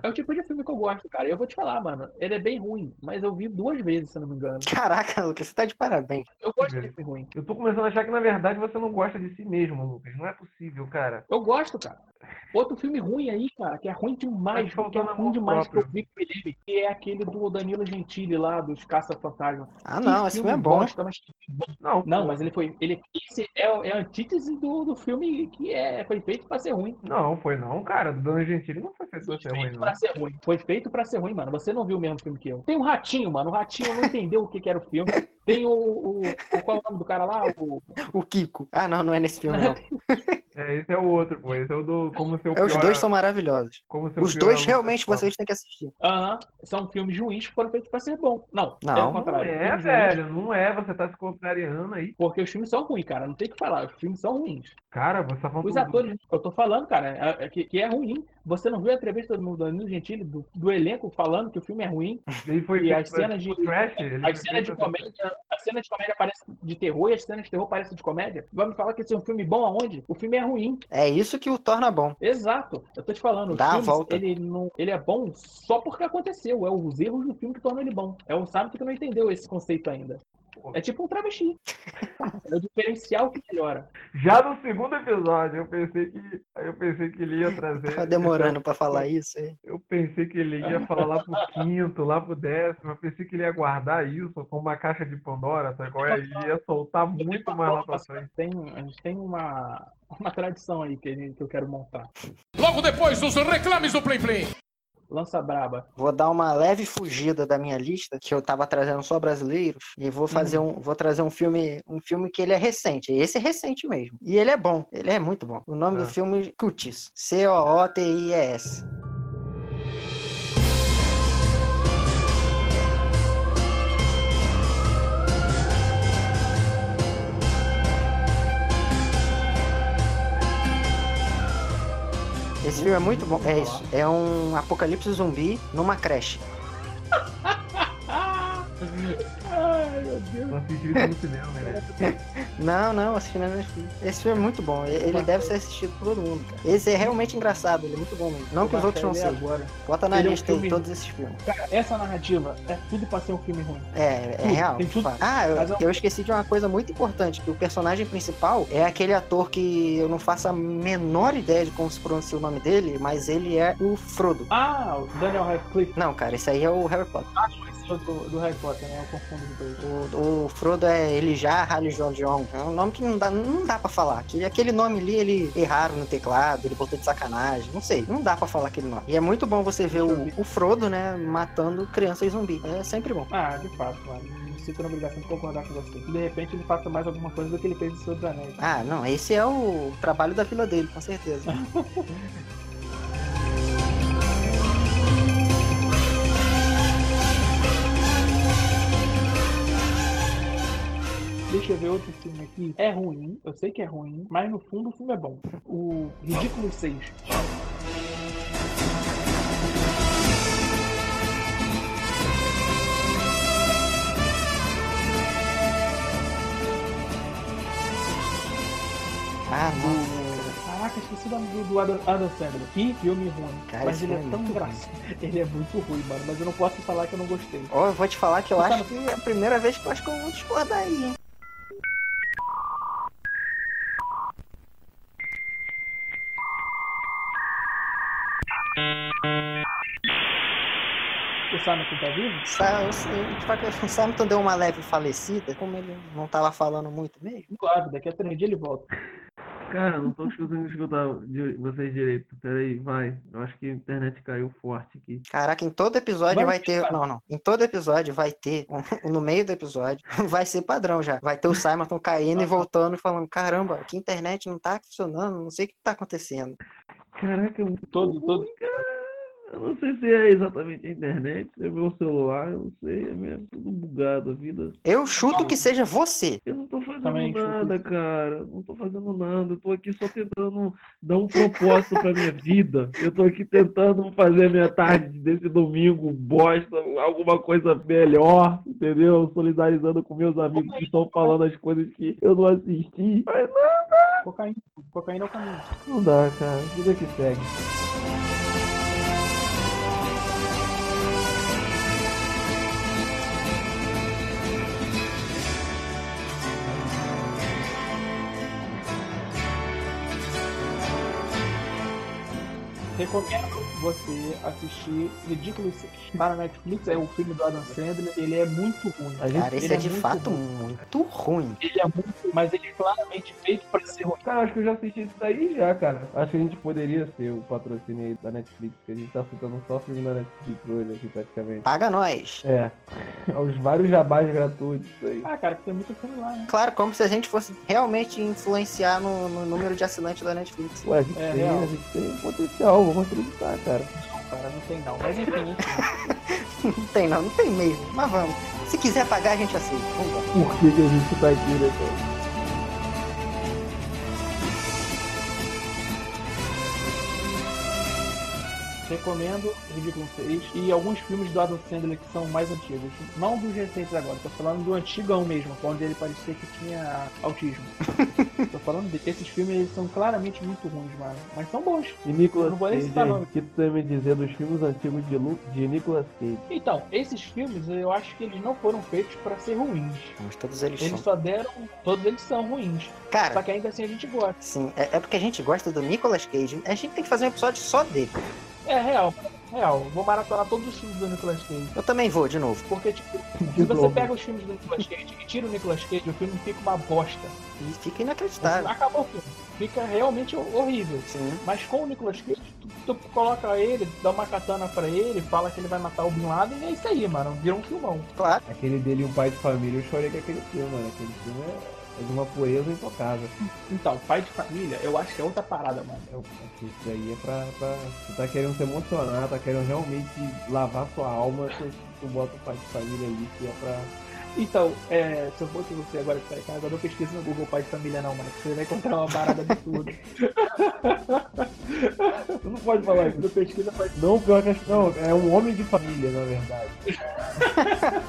[SPEAKER 1] É o tipo de filme que eu gosto, cara. E eu vou te falar, mano. Ele é bem ruim, mas eu vi duas vezes, se eu não me engano.
[SPEAKER 2] Caraca, Lucas, você tá de parabéns.
[SPEAKER 1] Eu gosto de filme ruim.
[SPEAKER 3] Eu tô começando a achar que, na verdade, você não gosta de si mesmo, Lucas. Não é possível, cara.
[SPEAKER 1] Eu gosto, cara. Outro filme ruim aí, cara, que é ruim demais,
[SPEAKER 3] Mas
[SPEAKER 1] que é
[SPEAKER 3] faltou um
[SPEAKER 1] ruim
[SPEAKER 3] amor
[SPEAKER 1] demais que eu
[SPEAKER 3] próprio.
[SPEAKER 1] vi que me lembre, que é aquele do Danilo Gentili lá, dos Caça-Fantasma.
[SPEAKER 2] Ah, não, esse filme é bom.
[SPEAKER 1] bosta, mas que bom.
[SPEAKER 3] Não,
[SPEAKER 1] Não, mas ele foi. Ele, esse é, o- é a antítese do, do filme que é, foi feito pra ser ruim.
[SPEAKER 3] Não, foi não, cara. Do Dona Gentili não foi feito pra
[SPEAKER 1] Foi
[SPEAKER 3] ser ruim, né?
[SPEAKER 1] feito
[SPEAKER 3] não.
[SPEAKER 1] pra ser ruim. Foi feito pra ser ruim, mano. Você não viu o mesmo filme que eu. Tem um ratinho, mano. O ratinho não entendeu o que, que era o filme. Tem o, o- o- Qual é o nome do cara lá? O,
[SPEAKER 2] O Kiko. Ah, não, não é nesse filme, não.
[SPEAKER 3] É, esse é o outro, pô. Esse é o do. Como seu
[SPEAKER 2] É, os
[SPEAKER 3] pior-
[SPEAKER 2] dois são maravilhosos.
[SPEAKER 3] Como seu
[SPEAKER 2] Os
[SPEAKER 3] pior é
[SPEAKER 2] dois
[SPEAKER 3] aluno
[SPEAKER 2] realmente
[SPEAKER 3] sexual.
[SPEAKER 2] vocês têm que assistir.
[SPEAKER 1] Aham. são filmes ruins que foram feitos pra ser bom. Não, é
[SPEAKER 2] Não.
[SPEAKER 1] o
[SPEAKER 3] Não
[SPEAKER 1] contrário.
[SPEAKER 3] é,
[SPEAKER 1] Filmes ruins
[SPEAKER 3] velho. Não é. Você tá se contrariando aí.
[SPEAKER 1] Porque os filmes são ruins, cara. Não tem o que falar. Os filmes são ruins.
[SPEAKER 3] Cara, você tá falando.
[SPEAKER 1] Os
[SPEAKER 3] do-
[SPEAKER 1] atores, eu tô falando, cara, é- é que, que é ruim. Você não viu a entrevista do Danilo Gentili, do, do elenco, falando que o filme é ruim.
[SPEAKER 3] Ele foi
[SPEAKER 1] E
[SPEAKER 3] feito
[SPEAKER 1] as
[SPEAKER 3] pra-
[SPEAKER 1] cenas de.
[SPEAKER 3] pro trash, ele foi
[SPEAKER 1] As cenas de
[SPEAKER 3] feito pra-
[SPEAKER 1] comédia, as cenas de comédia parecem de terror e as cenas de terror parecem de comédia. Vai me falar que esse é um filme bom aonde? O filme é ruim.
[SPEAKER 2] É isso que o torna bom.
[SPEAKER 1] Exato. Eu tô te falando. os
[SPEAKER 2] Dá a
[SPEAKER 1] filmes,
[SPEAKER 2] volta.
[SPEAKER 1] Ele, não, ele é bom só porque aconteceu. É os erros do filme que tornam ele bom. É um sábio que não entendeu esse conceito ainda. É tipo um travesti. é o diferencial que melhora.
[SPEAKER 3] Já no segundo episódio, eu pensei que. Eu pensei que ele ia trazer.
[SPEAKER 2] Tá demorando pra falar isso aí.
[SPEAKER 3] Eu pensei que ele ia falar lá pro quinto, lá pro décimo. Eu pensei que ele ia guardar isso com uma caixa de Pandora, sabe qual é? Ele ia soltar muito mais lá pra frente.
[SPEAKER 1] Tem, a gente tem uma, uma tradição aí que, a gente- que eu quero montar.
[SPEAKER 10] Logo depois dos reclames do Play Play.
[SPEAKER 1] Lança braba.
[SPEAKER 2] Vou dar uma leve fugida da minha lista, que eu tava trazendo só brasileiros, e vou fazer um, vou trazer um filme, um filme que ele é recente. Esse é recente mesmo. E ele é bom, ele é muito bom. O nome
[SPEAKER 3] Ah.
[SPEAKER 2] do filme é Cutis. C O O T I E S. Esse filme é muito bom. É isso. É um apocalipse zumbi numa creche.
[SPEAKER 3] Eu assisti isso no cinema, né?
[SPEAKER 2] Não, não, assisti na Netflix. Esse filme é muito bom. e- Ele deve ser assistido por todo mundo, cara. Esse é realmente engraçado, ele é muito bom mesmo. Não que os outros não sejam.
[SPEAKER 1] agora.
[SPEAKER 2] Bota na
[SPEAKER 1] Ele é um
[SPEAKER 2] lista aí
[SPEAKER 1] filme-
[SPEAKER 2] todos esses filmes.
[SPEAKER 1] Cara, essa narrativa é tudo pra ser um filme ruim.
[SPEAKER 2] É, é
[SPEAKER 1] Tudo,
[SPEAKER 2] real.
[SPEAKER 1] tem tudo.
[SPEAKER 2] fato. Ah, eu,
[SPEAKER 1] Mas é um-
[SPEAKER 2] eu esqueci de uma coisa muito importante, que o personagem principal é aquele ator que eu não faço a menor ideia de como se pronuncia o nome dele, mas ele é o Frodo.
[SPEAKER 1] Ah, o Daniel Radcliffe,
[SPEAKER 2] Não, cara, esse aí é o Harry Potter.
[SPEAKER 1] esse é do, do Harry Potter, né? Eu confundo os dois.
[SPEAKER 2] O, o Frodo é Elijah Halijojon. É um nome que não dá, não dá pra falar. Aquele, aquele nome ali, ele erraram no teclado, ele botou de sacanagem. Não sei, não dá pra falar aquele nome. E é muito bom você ver o, o Frodo, né, matando criança e zumbi. É sempre bom.
[SPEAKER 1] Ah, de fato, mano. Me sinto na obrigação de concordar com você. De repente ele faça mais alguma coisa do que ele fez no Senhor dos Anéis.
[SPEAKER 2] Ah, não, esse é o trabalho da fila dele, com certeza.
[SPEAKER 1] Deixa eu ver outro filme aqui. É ruim, eu sei que é ruim, mas no fundo o filme é bom. O Ridículo 6.
[SPEAKER 2] Ah, nossa.
[SPEAKER 1] Do... Caraca, esqueci o nome do, do Adam, Adam Sandler. Que filme ruim.
[SPEAKER 2] Cara,
[SPEAKER 1] mas
[SPEAKER 2] esse
[SPEAKER 1] ele é
[SPEAKER 2] filme é
[SPEAKER 1] tão
[SPEAKER 2] muito
[SPEAKER 1] engraçado. Ele é muito ruim, mano. Mas eu não posso falar que eu não gostei.
[SPEAKER 2] Ó, eu vou te falar que eu
[SPEAKER 1] Tá
[SPEAKER 2] acho que é a primeira vez que eu acho que eu vou discordar aí, hein?
[SPEAKER 1] O Samson tá vivo?
[SPEAKER 2] Sa- eu sei, de fato, O Samson deu uma leve falecida, como ele não tava falando muito mesmo.
[SPEAKER 1] Claro, daqui a três dias ele volta.
[SPEAKER 3] Cara, eu não tô conseguindo escutar di- vocês direito. Peraí, vai. Eu acho que a internet caiu forte aqui.
[SPEAKER 2] Caraca, em todo episódio
[SPEAKER 1] Vai
[SPEAKER 2] vai, ter.
[SPEAKER 1] disparar.
[SPEAKER 2] Não, não. Em todo episódio vai ter, um- no meio do episódio, vai ser padrão já. Vai ter o Simonton caindo e voltando e falando: caramba, que internet não tá funcionando, não sei o que tá acontecendo.
[SPEAKER 3] Caraca, é muito
[SPEAKER 1] Todo, todo.
[SPEAKER 3] ruim, cara. Eu não sei se é exatamente a internet, se é meu celular, eu não sei, é mesmo tudo bugado a vida.
[SPEAKER 2] Eu chuto que seja você.
[SPEAKER 3] Eu não tô fazendo
[SPEAKER 1] Também chuto
[SPEAKER 3] nada, cara. Eu Não tô fazendo nada. Eu tô aqui só tentando dar um propósito pra minha vida. Eu tô aqui tentando fazer a minha tarde desse domingo, bosta, alguma coisa melhor, entendeu? Solidarizando com meus amigos que estão falando as coisas que eu não assisti. Mas
[SPEAKER 1] Cocaína. Cocaína é o caminho.
[SPEAKER 3] não dá, cara. Vida que segue.
[SPEAKER 1] Recomendo você assistir Ridículo 6. Tá na Netflix, é o filme do Adam Sandler. Ele é muito ruim.
[SPEAKER 3] A gente-
[SPEAKER 2] Cara, esse
[SPEAKER 1] Ele
[SPEAKER 2] é
[SPEAKER 1] é
[SPEAKER 2] de
[SPEAKER 1] muito
[SPEAKER 2] fato muito ruim.
[SPEAKER 1] Ele é muito, mas ele é claramente feito pra ser ruim.
[SPEAKER 3] Cara, acho que eu já assisti isso daí já, cara. Acho que a gente poderia ser o patrocínio aí da Netflix, que a gente tá citando só filme da Netflix hoje aqui praticamente.
[SPEAKER 2] Paga nós.
[SPEAKER 3] É, aos vários jabás gratuitos aí.
[SPEAKER 1] Ah, cara, que tem muito filme lá, né?
[SPEAKER 2] Claro, como se a gente fosse realmente influenciar no, no número de assinantes da Netflix.
[SPEAKER 3] Ué, a gente
[SPEAKER 1] É,
[SPEAKER 3] tem,
[SPEAKER 1] real.
[SPEAKER 3] a gente tem um potencial, vamos acreditar, cara.
[SPEAKER 1] Cara, não tem não. Mas enfim,
[SPEAKER 2] Não tem não, não tem mesmo. Mas vamos. Se quiser pagar, a gente aceita. Vamos lá.
[SPEAKER 3] Por que, que a gente tá aqui, né, cara?
[SPEAKER 1] recomendo Ridículo 6 e alguns filmes do Adam Sandler que são mais antigos. Não dos recentes agora, tô falando do antigão mesmo, onde ele parecia que tinha autismo. tô falando de- esses filmes, eles são claramente muito ruins, mano. Mas são bons.
[SPEAKER 3] E Nicolas
[SPEAKER 1] Não vou nem
[SPEAKER 3] Cage,
[SPEAKER 1] citar nome.
[SPEAKER 3] o que tá tu tem me dizer dos filmes antigos de, Lu, de Nicolas Cage?
[SPEAKER 1] Então, esses filmes, eu acho que eles não foram feitos pra ser ruins.
[SPEAKER 2] Mas todos eles
[SPEAKER 1] Eles
[SPEAKER 2] são.
[SPEAKER 1] só deram. Todos eles são ruins. Só
[SPEAKER 3] É.
[SPEAKER 2] Cara,
[SPEAKER 1] que ainda assim a gente gosta.
[SPEAKER 2] sim, é, é porque a gente gosta do Nicolas Cage. A gente tem que fazer um episódio só dele.
[SPEAKER 1] É real, real. Vou maratonar todos os filmes do Nicolas Cage.
[SPEAKER 2] Eu também vou, de novo.
[SPEAKER 1] Porque, tipo,
[SPEAKER 3] De
[SPEAKER 1] se você
[SPEAKER 3] novo.
[SPEAKER 1] pega os filmes do Nicolas Cage e tira o Nicolas Cage, o filme fica uma bosta.
[SPEAKER 2] E fica
[SPEAKER 3] Tá.
[SPEAKER 2] inacreditável.
[SPEAKER 1] Acabou o filme. Fica realmente ho- horrível.
[SPEAKER 2] Sim.
[SPEAKER 1] Mas com o Nicolas Cage, tu, tu coloca ele, dá uma katana pra ele, fala que ele vai matar o Bin Laden e é isso aí, mano. Vira um filmão.
[SPEAKER 2] Claro.
[SPEAKER 3] Aquele dele, Um Pai de Família, eu chorei com aquele filme, mano. Aquele filme é, é de uma poesia intocável.
[SPEAKER 1] Então, pai de família, eu acho que é outra parada, mano.
[SPEAKER 3] É, é que isso daí é pra, pra. Tu tá querendo se emocionar, tá querendo realmente lavar sua alma, tu, tu bota o pai de família ali que é pra.
[SPEAKER 1] Então, é, se eu fosse você agora que tá em casa, não pesquisa no Google Pai de Família não, mano. que Você vai encontrar uma parada absurda. tu não pode falar isso, não pesquisa pai.
[SPEAKER 3] Não, pior que não, é um homem de família, na verdade.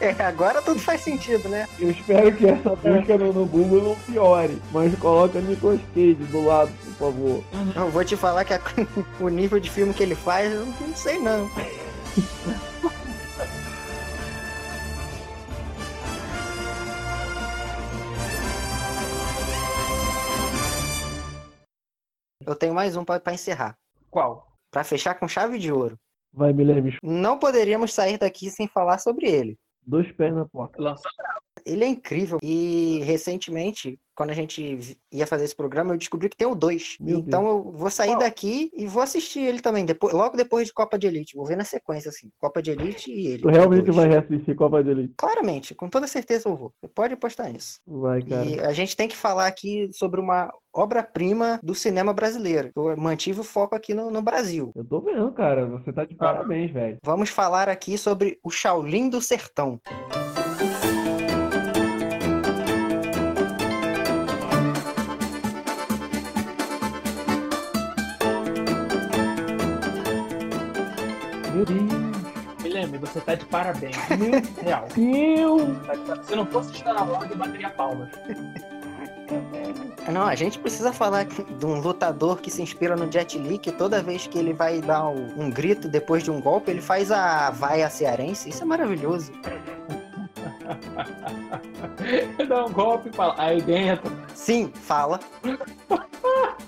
[SPEAKER 2] É, agora tudo faz sentido, né?
[SPEAKER 3] Eu espero que essa busca no, no Google não piore, mas coloca Nicolas Cage do lado, por favor.
[SPEAKER 2] Eu vou te falar que a- o nível de filme que ele faz, eu não sei não. Eu tenho mais um pra pra encerrar.
[SPEAKER 1] Qual?
[SPEAKER 2] Pra fechar com chave de ouro.
[SPEAKER 3] Vai, Guilherme,
[SPEAKER 2] Não poderíamos sair daqui sem falar sobre ele.
[SPEAKER 3] dois pés na porta.
[SPEAKER 1] Lançou
[SPEAKER 2] Ele é incrível. E recentemente, quando a gente vi- ia fazer esse programa, eu descobri que tem o 2.
[SPEAKER 3] Meu Deus.
[SPEAKER 2] Então eu vou sair
[SPEAKER 1] Qual?
[SPEAKER 2] daqui e vou assistir ele também, depois, logo depois de Copa de Elite. Vou ver na sequência, assim. Copa de Elite e ele.
[SPEAKER 3] Tu realmente
[SPEAKER 2] dois.
[SPEAKER 3] vai reassistir Copa de Elite.
[SPEAKER 2] Claramente, com toda certeza eu vou. Você pode apostar nisso.
[SPEAKER 3] Vai, cara.
[SPEAKER 2] E a gente tem que falar aqui sobre uma obra-prima do cinema brasileiro. Eu mantive o foco aqui no, no Brasil.
[SPEAKER 3] Eu tô vendo, cara. Você tá de parabéns, velho.
[SPEAKER 2] Vamos falar aqui sobre o Shaolin do Sertão.
[SPEAKER 3] Meu Deus.
[SPEAKER 1] Guilherme, você tá de parabéns. Mil real. Se não fosse estar na loja, eu bateria palmas.
[SPEAKER 2] Não, a gente precisa falar que- de um lutador que se inspira no Jet Li, que toda vez que ele vai dar um, um grito depois de um golpe, ele faz a vaia cearense. Isso é maravilhoso.
[SPEAKER 1] Dá um golpe e fala, aí dentro.
[SPEAKER 2] Sim, fala.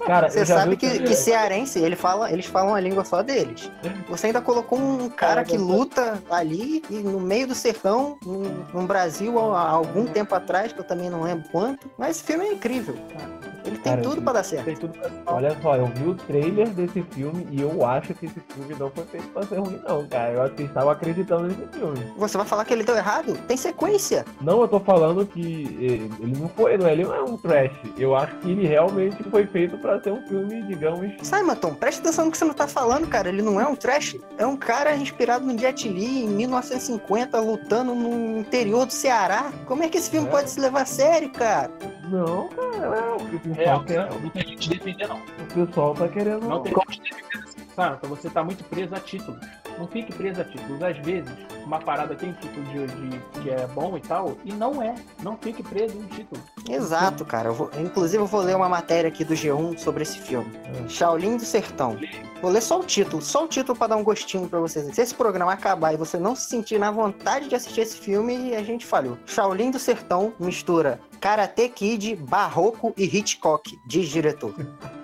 [SPEAKER 3] Cara,
[SPEAKER 2] Você
[SPEAKER 3] eu Ah, já
[SPEAKER 2] sabe
[SPEAKER 3] vi
[SPEAKER 2] que,
[SPEAKER 3] o-
[SPEAKER 2] que cearense, ele fala, eles falam a língua só deles. Você ainda colocou um cara que luta ali e no meio do sertão, num- no Brasil, há algum tempo atrás, que eu também não lembro quanto. Mas esse filme é incrível, cara. Ele tem
[SPEAKER 3] Cara,
[SPEAKER 2] tudo
[SPEAKER 3] eu-
[SPEAKER 2] pra dar certo.
[SPEAKER 1] Tem tudo pra
[SPEAKER 3] Olha só, eu vi o trailer desse filme e eu acho que esse filme não foi feito pra ser ruim, não, cara. Eu acho que eles estavam acreditando nesse filme.
[SPEAKER 2] Você vai falar que ele deu errado? Tem sequência.
[SPEAKER 3] Não, eu tô falando que ele ele não foi, não, ele não é um trash. Eu acho que ele realmente foi feito pra ser um filme, digamos.
[SPEAKER 2] Simonton, presta atenção no que você não tá falando, cara. Ele não é um trash. É um cara inspirado no Jet Li em 1950, lutando no interior do Ceará. Como é que esse filme
[SPEAKER 3] É.
[SPEAKER 2] pode se levar a sério, cara?
[SPEAKER 3] Não, cara, não. O pessoal,
[SPEAKER 1] real.
[SPEAKER 3] quer-
[SPEAKER 1] É, Não tem gente te defender, não.
[SPEAKER 3] o pessoal tá querendo.
[SPEAKER 1] Não tem como te defender. assim. Sabe, então você tá muito preso a títulos. Não fique preso a títulos. Às vezes, uma parada tem um título de, de- que é bom e tal, e não é. Não fique preso em título.
[SPEAKER 2] Exato, cara. Eu vou- inclusive, eu vou ler uma matéria aqui do G1 sobre esse filme.
[SPEAKER 3] É.
[SPEAKER 2] Shaolin do Sertão. Vou ler só o título, só o título pra dar um gostinho pra vocês. Se esse programa acabar e você não se sentir na vontade de assistir esse filme, a gente falhou. Shaolin do Sertão mistura Karate Kid, Barroco e Hitchcock, diz diretor.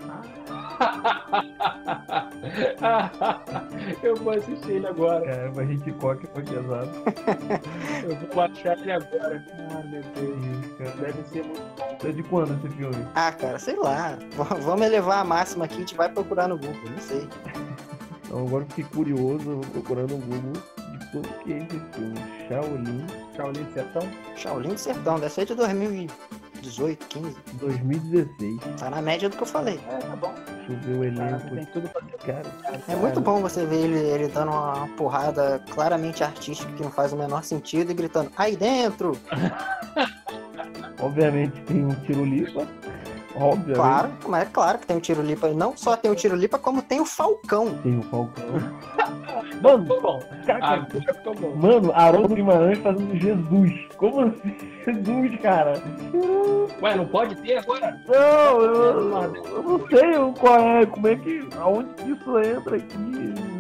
[SPEAKER 1] Eu vou assistir ele agora.
[SPEAKER 3] Cara, É, mas Hitchcock foi pesado.
[SPEAKER 1] Eu vou baixar ele agora. Ah, meu Deus.
[SPEAKER 3] Isso, cara.
[SPEAKER 1] Deve ser muito.
[SPEAKER 3] É de quando esse filme?
[SPEAKER 2] Ah, cara, sei lá. V- Vamos elevar a máxima aqui, a gente vai procurar no Google, não sei.
[SPEAKER 3] Então agora eu fiquei curioso, eu vou procurando no Google de quando que é esse filme. Shaolin
[SPEAKER 1] Shaolin Sertão.
[SPEAKER 2] Shaolin do Sertão, deve ser de 2018, 15.
[SPEAKER 3] 2016.
[SPEAKER 2] Tá na média do que eu falei.
[SPEAKER 1] É, tá bom.
[SPEAKER 3] Deixa eu ver o
[SPEAKER 1] Caraca,
[SPEAKER 3] elenco.
[SPEAKER 1] tem tudo pra
[SPEAKER 3] Cara,
[SPEAKER 2] É muito bom você ver ele, ele dando uma porrada claramente artística que não faz o menor sentido e gritando, aí dentro!
[SPEAKER 3] obviamente tem um tiro limpa. Obviamente
[SPEAKER 2] Claro, mas é claro que tem o Tiro Lipa. E Não só tem o Tiro Lipa, como tem o Falcão.
[SPEAKER 3] tem o Falcão. Mano,
[SPEAKER 1] Ficou bom.
[SPEAKER 3] cara,
[SPEAKER 1] Agora ficou
[SPEAKER 2] Ah.
[SPEAKER 1] bom.
[SPEAKER 3] mano, Haroldo Guimarães fazendo Jesus. Como assim? Jesus, cara.
[SPEAKER 1] Ué, não pode ter agora?
[SPEAKER 3] Não, eu, eu não sei o qual é, como é que. aonde que isso entra aqui?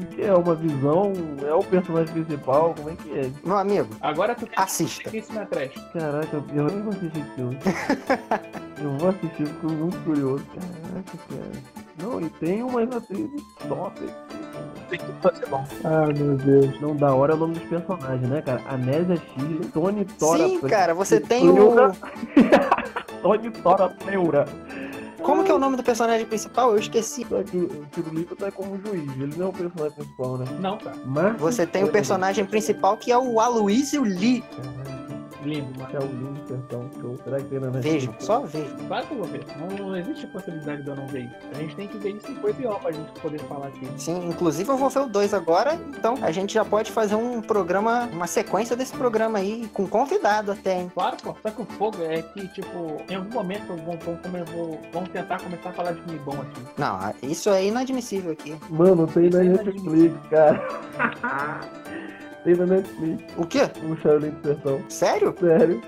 [SPEAKER 3] O que é uma visão? É o personagem principal? Como é que é?
[SPEAKER 2] Meu amigo,
[SPEAKER 1] Agora tu tem
[SPEAKER 2] assista.
[SPEAKER 1] que isso na trash.
[SPEAKER 3] Caraca, eu não vou assistir esse filme. eu vou assistir, fico muito curioso. Caraca, cara. Não, e tem umas atrizes top aqui, cara.
[SPEAKER 1] Tem tudo pra ser bom.
[SPEAKER 3] Ah, meu Deus. Não, da hora é o nome dos personagens, né, cara? Anésia Chile, Tony Tora
[SPEAKER 2] Sim,
[SPEAKER 3] Pre-
[SPEAKER 2] cara, você tem o.
[SPEAKER 3] Pleura. Tony Tora Pleura.
[SPEAKER 2] Como que é o nome do personagem principal? Eu esqueci.
[SPEAKER 3] Só que o Tirulipa tá como juiz, ele não é o personagem principal, né?
[SPEAKER 1] Não, cara.
[SPEAKER 3] Mas...
[SPEAKER 2] Você tem o personagem principal que é o Aloysio Lee.
[SPEAKER 3] Caraca.
[SPEAKER 1] Lindo,
[SPEAKER 3] é
[SPEAKER 1] mas
[SPEAKER 6] Tchau, lindo, sertão, show. Será que tem na
[SPEAKER 3] Uhum.
[SPEAKER 2] Vejam, só vejam.
[SPEAKER 1] claro que eu vou ver. Não, não existe possibilidade de eu não ver isso. A gente tem que ver isso em coisa pior pra gente poder falar aqui.
[SPEAKER 2] Sim, inclusive eu vou ver o 2 agora, então a gente já pode fazer um programa, uma sequência desse programa aí, com convidado até, hein?
[SPEAKER 1] Claro, pô. Só que o fogo é que, tipo, em algum momento vão, vão, come- vão- vão tentar começar a falar de filme bom aqui.
[SPEAKER 2] Não, isso é inadmissível aqui.
[SPEAKER 6] Mano, tem na
[SPEAKER 1] Tem na
[SPEAKER 6] Netflix, cara. tem na Netflix
[SPEAKER 2] O quê?
[SPEAKER 6] o Shaolin do Sertão.
[SPEAKER 2] Sério?
[SPEAKER 6] Sério.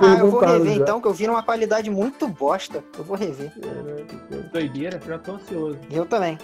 [SPEAKER 2] Ah, eu vou
[SPEAKER 6] montado
[SPEAKER 2] rever
[SPEAKER 6] já.
[SPEAKER 2] então, que eu vi numa qualidade muito bosta. Eu vou rever.
[SPEAKER 6] Caraca, cara.
[SPEAKER 1] Doideira, já tô ansioso.
[SPEAKER 2] Eu também.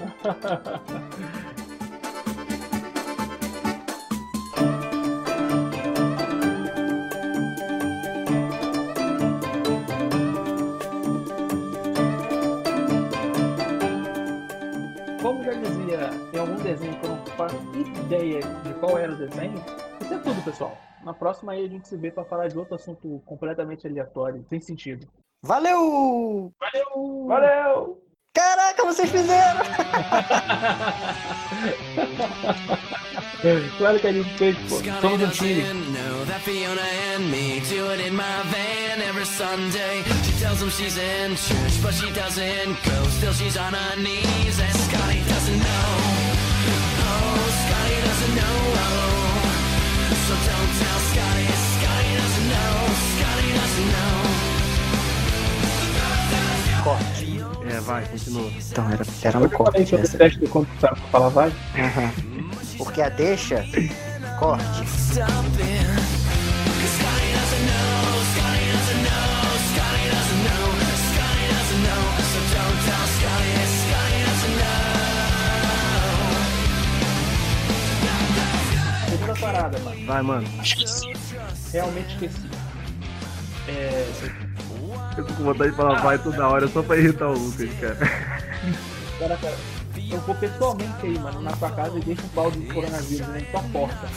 [SPEAKER 1] Como já dizia em algum desenho que eu não faço ideia de qual era o desenho, isso é tudo, pessoal. Na próxima aí a gente se vê pra falar de outro assunto completamente aleatório, sem sentido.
[SPEAKER 2] Valeu!
[SPEAKER 1] Valeu!
[SPEAKER 6] Valeu!
[SPEAKER 2] Caraca, vocês fizeram!
[SPEAKER 1] É, Claro que a gente fez, pô. Somos um time.
[SPEAKER 7] Know that Fiona and me do it in my van every Sunday. She tells him she's in church, but she doesn't go. Still, she's on her knees, and Scotty doesn't know. Oh, Scotty doesn't know. So don't tell Scotty. Scotty doesn't know. Scotty doesn't know.
[SPEAKER 3] É, vai, continua.
[SPEAKER 2] Então, era, era no
[SPEAKER 1] Eu falei
[SPEAKER 2] corte.
[SPEAKER 1] sobre o
[SPEAKER 2] Essa.
[SPEAKER 1] teste do quanto sabe falar vai.
[SPEAKER 2] Aham. Porque a deixa, corte.
[SPEAKER 1] Segunda parada, mano.
[SPEAKER 3] Vai, mano.
[SPEAKER 1] Realmente esqueci. É,
[SPEAKER 3] Eu tô com vontade de falar vai toda hora só pra irritar o Lucas, cara.
[SPEAKER 1] cara, cara, eu vou pessoalmente aí, mano, na sua casa e deixo um balde de coronavírus na tua porta.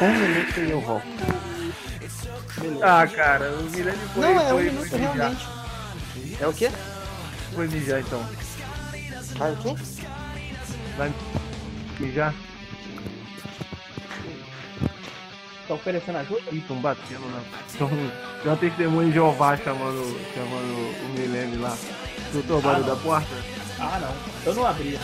[SPEAKER 2] Um minuto e eu volto.
[SPEAKER 3] Ah, cara, o Guilherme foi,
[SPEAKER 2] Não, é um
[SPEAKER 3] foi,
[SPEAKER 2] minuto
[SPEAKER 3] foi mijar.
[SPEAKER 2] realmente. É o quê?
[SPEAKER 3] Foi mijar, então.
[SPEAKER 2] Vai o quê?
[SPEAKER 3] Mijar?
[SPEAKER 1] Tá oferecendo ajuda?
[SPEAKER 3] Ih, tão batendo, né? Tão... Tem uma testemunha de Jeová chamando, chamando o Guilherme lá. Doutor, barulho da porta?
[SPEAKER 1] Ah, não. Eu não abri.